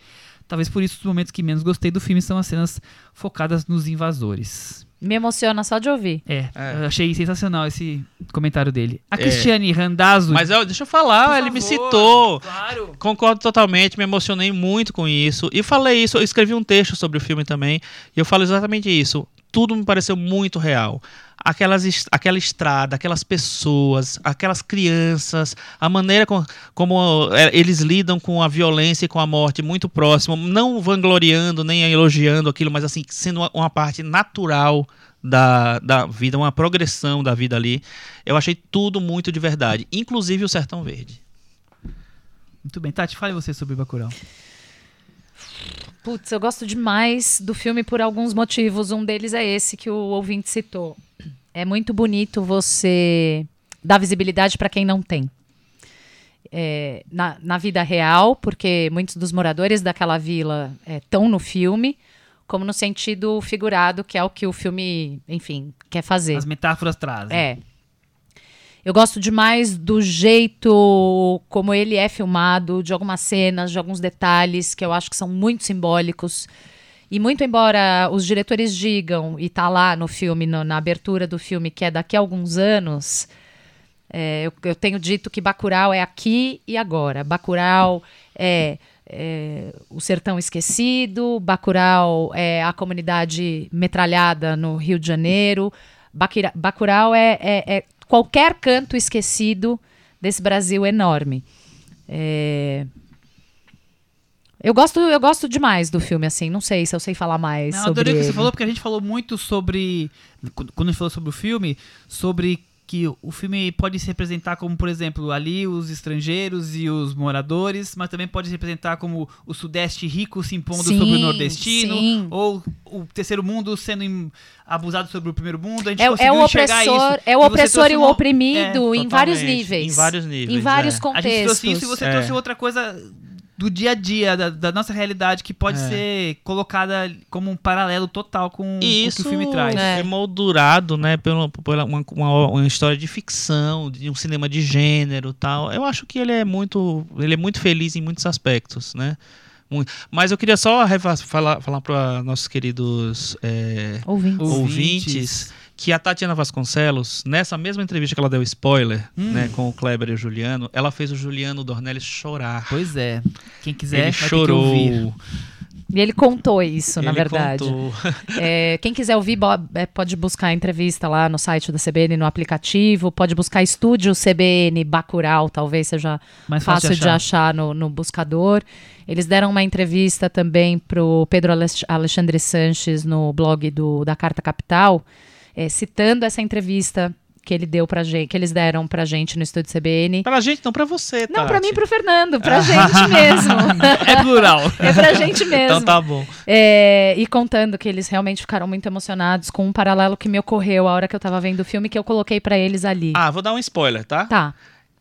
Talvez por isso os momentos que menos gostei do filme são as cenas focadas nos invasores. Me emociona só de ouvir. É, É. eu achei sensacional esse comentário dele. A É. Cristiane Randazzo Mas ó, deixa eu falar, Por ele me favor. citou. Claro. Concordo totalmente, me emocionei muito com isso. E falei isso, eu escrevi um texto sobre o filme também, e eu falo exatamente isso. Tudo me pareceu muito real. Aquelas, es- aquela estrada, aquelas pessoas, aquelas crianças, a maneira com- como é, eles lidam com a violência e com a morte muito próximo, não vangloriando nem elogiando aquilo, mas assim, sendo uma, uma parte natural da, da vida, uma progressão da vida ali. Eu achei tudo muito de verdade, inclusive o Sertão Verde. Muito bem, Tati, fale você sobre Bacurau. Putz, eu gosto demais do filme por alguns motivos. Um deles é esse que o ouvinte citou. É muito bonito você dar visibilidade para quem não tem. É, na, na vida real, porque muitos dos moradores daquela vila estão no filme, como no sentido figurado, que é o que o filme, enfim, quer fazer. As metáforas trazem. É. Eu gosto demais do jeito como ele é filmado, de algumas cenas, de alguns detalhes que eu acho que são muito simbólicos. E muito embora os diretores digam, e tá lá no filme, no- na abertura do filme, que é daqui a alguns anos, é, eu, eu tenho dito que Bacurau é aqui e agora. Bacurau é, é o sertão esquecido, Bacurau é a comunidade metralhada no Rio de Janeiro, Baquira- Bacurau é, é- é qualquer canto esquecido desse Brasil enorme. É, Eu gosto, eu gosto demais do filme, assim. Não sei se eu sei falar mais Não, eu sobre adorei o que você ele. falou, porque a gente falou muito sobre. quando- Quando a gente falou sobre o filme, sobre que o filme pode se representar como, por exemplo, ali os estrangeiros e os moradores, mas também pode se representar como o Sudeste rico se impondo Sim, sobre o Nordestino, sim. ou o Terceiro Mundo sendo em- abusado sobre o Primeiro Mundo. A gente É, tipo, conseguiu é o enxergar opressor, isso. é o você opressor trouxe e o uma- É, oprimido em vários Totalmente, níveis. Em vários níveis. Em vários né? é. A contextos. gente trouxe isso e você É. trouxe outra coisa do dia a dia, da, da nossa realidade, que pode É. ser colocada como um paralelo total com, E com isso o que o filme traz. é moldurado, né, pela, pela uma, uma- uma história de ficção, de um cinema de gênero, tal. Eu acho que ele é muito, ele é muito feliz em muitos aspectos, né? Mu- Mas eu queria só refa- falar, falar para nossos queridos é, Ouvintes. Ouvintes. ouvintes que a Tatiana Vasconcelos, nessa mesma entrevista que ela deu spoiler, Hum. né, com o Kleber e o Juliano, ela fez o Juliano Dornelles chorar. Pois é. Quem quiser, ele vai ter que ouvir. chorou. E ele contou isso, Então, na Ele verdade. contou. É, quem quiser ouvir, bo- é, pode buscar a entrevista lá no site da CBN, no aplicativo. Pode buscar Estúdio CBN Bacurau, talvez seja É Mais fácil de achar no, no buscador. Eles deram uma entrevista também pro Pedro Alex- Alexandre Sanches no blog do, da Carta Capital, é, citando essa entrevista que ele deu pra gente, que eles deram pra gente no Estúdio CBN. Pra gente, não pra você, Não, pra Tati. mim e pro Fernando, pra <laughs> gente mesmo. É <laughs> plural. É pra gente mesmo. Então tá bom. É, e contando que eles realmente ficaram muito emocionados com um paralelo que me ocorreu a hora que eu tava vendo o filme que eu coloquei pra eles ali. Ah, vou dar um spoiler, tá? Tá.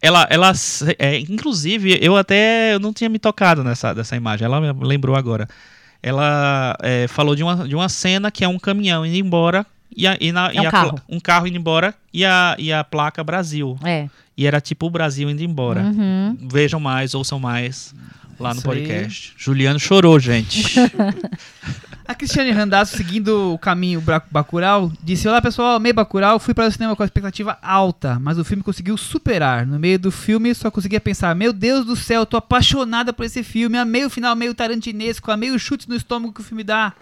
Ela, ela se- é, inclusive, eu até eu não tinha me tocado nessa dessa imagem. Ela me lembrou agora. Ela é, falou de uma, de uma cena que é um caminhão indo embora e, a, e, na, É e um a pla- carro. um carro indo embora e a, e a placa Brasil. É. E era tipo o Brasil indo embora. Uhum. Vejam mais, ouçam mais lá no Isso aí. podcast. Juliano chorou, <laughs> gente. A Cristiane Randazzo, seguindo o caminho Bra- Bacurau, disse: Olá pessoal, amei Bacurau, fui para o cinema com a expectativa alta, mas o filme conseguiu superar. No meio do filme só conseguia pensar: Meu Deus do céu, tô apaixonada por esse filme, amei o final meio tarantinesco, amei os chutes no estômago que o filme dá.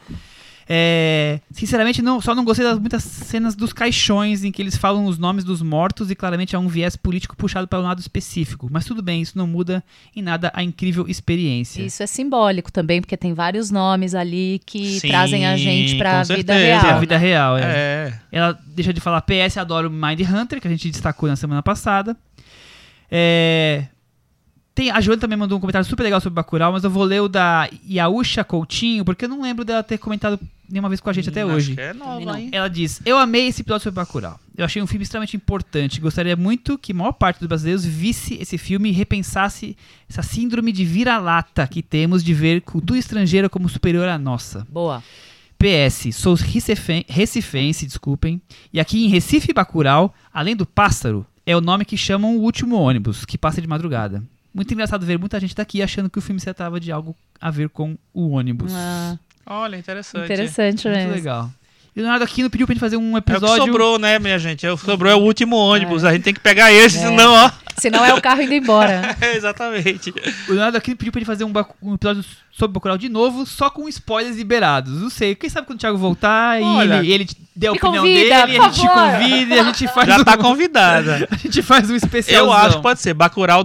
É, sinceramente, não, só não gostei das muitas cenas dos caixões em que eles falam os nomes dos mortos e claramente há um viés político puxado para um lado específico. Mas tudo bem, isso não muda em nada a incrível experiência. Isso é simbólico também, porque tem vários nomes ali que Sim, trazem a gente pra com vida certeza. real. Que é a né? vida real, é. é. Ela deixa de falar PS, adoro Mind Hunter, que a gente destacou na semana passada. É, Tem, a Joana também mandou um comentário super legal sobre Bacurau, mas eu vou ler o da Yaúcha Coutinho, porque eu não lembro dela ter comentado nenhuma vez com a gente até Acho hoje. que é nova, Também não. hein? Ela diz: Eu amei esse episódio sobre Bacurau. Eu achei um filme extremamente importante. Gostaria muito que a maior parte dos brasileiros visse esse filme e repensasse essa síndrome de vira-lata que temos de ver cultura estrangeira como superior à nossa. Boa. PS, sou recifen- recifense, desculpem, e aqui em Recife Bacurau, além do pássaro, é o nome que chamam o último ônibus, que passa de madrugada. Muito engraçado ver muita gente daqui achando que o filme se tratava de algo a ver com o ônibus. Ah, Olha, interessante. interessante Muito mesmo. legal. E o Leonardo Aquino pediu pra gente fazer um É o que episódio... sobrou, né, minha gente? É o que sobrou é o último ônibus. A gente tem que pegar esse, É. senão, ó. <laughs> Senão é o carro indo embora. É, exatamente. O Leonardo Aquino pediu pra gente fazer um, bacu- um episódio sobre Bacurau de novo, só com spoilers liberados. Não sei, quem sabe quando o Thiago voltar e Olha, ele, ele der a me opinião convida, dele, por a gente te favor. convida e a gente faz Já um, tá convidada. <laughs> a gente faz um especial. Eu acho que pode ser Bacurau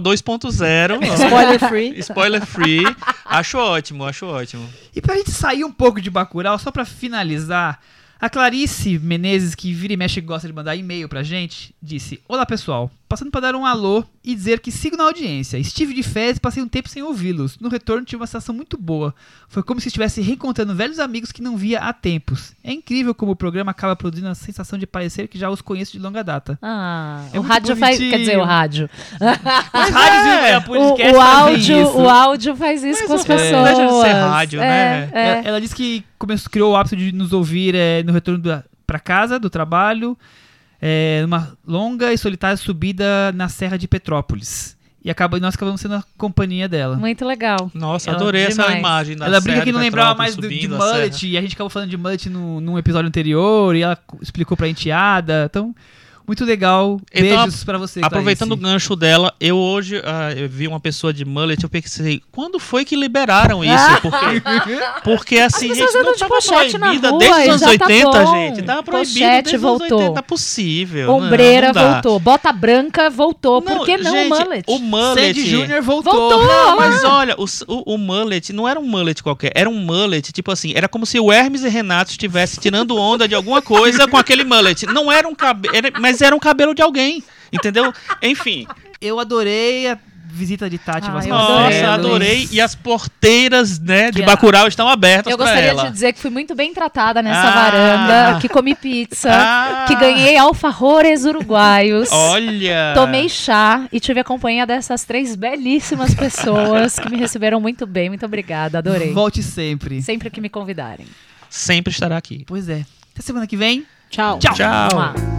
<laughs> 2.0. ó. Spoiler <laughs> free. Spoiler free. Acho ótimo, acho ótimo. E pra gente sair um pouco de Bacurau, só pra finalizar, a Clarice Menezes, que vira e mexe e gosta de mandar e-mail pra gente, disse: Olá pessoal, passando pra dar um alô e dizer que sigo na audiência. Estive de férias e passei um tempo sem ouvi-los. No retorno tive uma sensação muito boa. Foi como se estivesse reencontrando velhos amigos que não via há tempos. É incrível como o programa acaba produzindo a sensação de parecer que já os conheço de longa data. Ah, É o muito rádio faz. bonitinho. Quer dizer, <laughs> o rádio. Mas rádios e- é, podcast o, o fazem áudio, isso. o áudio faz isso Mas com as não É. pessoas. deixa de ser rádio, É, né? é. Ela, ela disse que começou, criou o hábito de nos ouvir eh, no retorno da, pra casa, do trabalho, eh, numa longa e solitária subida na Serra de Petrópolis. E acaba, nós acabamos sendo a companhia dela. Muito legal. Nossa, Ela- adorei essa demais. imagem da É, ela Serra brinca que de não lembrava mais do, Petrópolis de subindo a serra. mullet, e a gente acabou falando de mullet no, num episódio anterior, e ela co- explicou pra enteada. Então, muito legal. Então, Beijos pra você, Aproveitando <laughs> o Clarice. gancho dela, eu hoje ah, eu vi uma pessoa de mullet, eu pensei, quando foi que liberaram isso? Ah! Porque, porque assim, pessoas gente, não andam de estava pochete na proibida rua, desde os e anos já tá 80, bom. gente. Tava proibido Pochete desde os voltou. anos 80, não é possível. não, Ombreira não dá. voltou. Bota branca voltou. Por que não gente, mullet? O mullet... Sandy Júnior voltou. Voltou! Não, mas olha, o, s- o, o mullet não era um mullet qualquer, era um mullet, tipo assim, era como se o Hermes e Renato estivessem tirando onda de alguma coisa com aquele mullet. Não era um cabelo, mas era um cabelo de alguém, entendeu? Enfim, Eu adorei a visita de Tati Ah, eu adorei. Vasconcelos. nossa, adorei. E as porteiras, né, de Que- Bacurau estão abertas Eu pra gostaria ela. de dizer que fui muito bem tratada nessa Ah. varanda, que comi pizza, Ah. que ganhei alfajores uruguaios. Olha! Tomei chá e tive a companhia dessas três belíssimas pessoas que me receberam muito bem. Muito obrigada, adorei. Volte sempre. Sempre que me convidarem. Sempre estará aqui. Pois é. Até semana que vem. Tchau. Tchau. Tchau. Mua.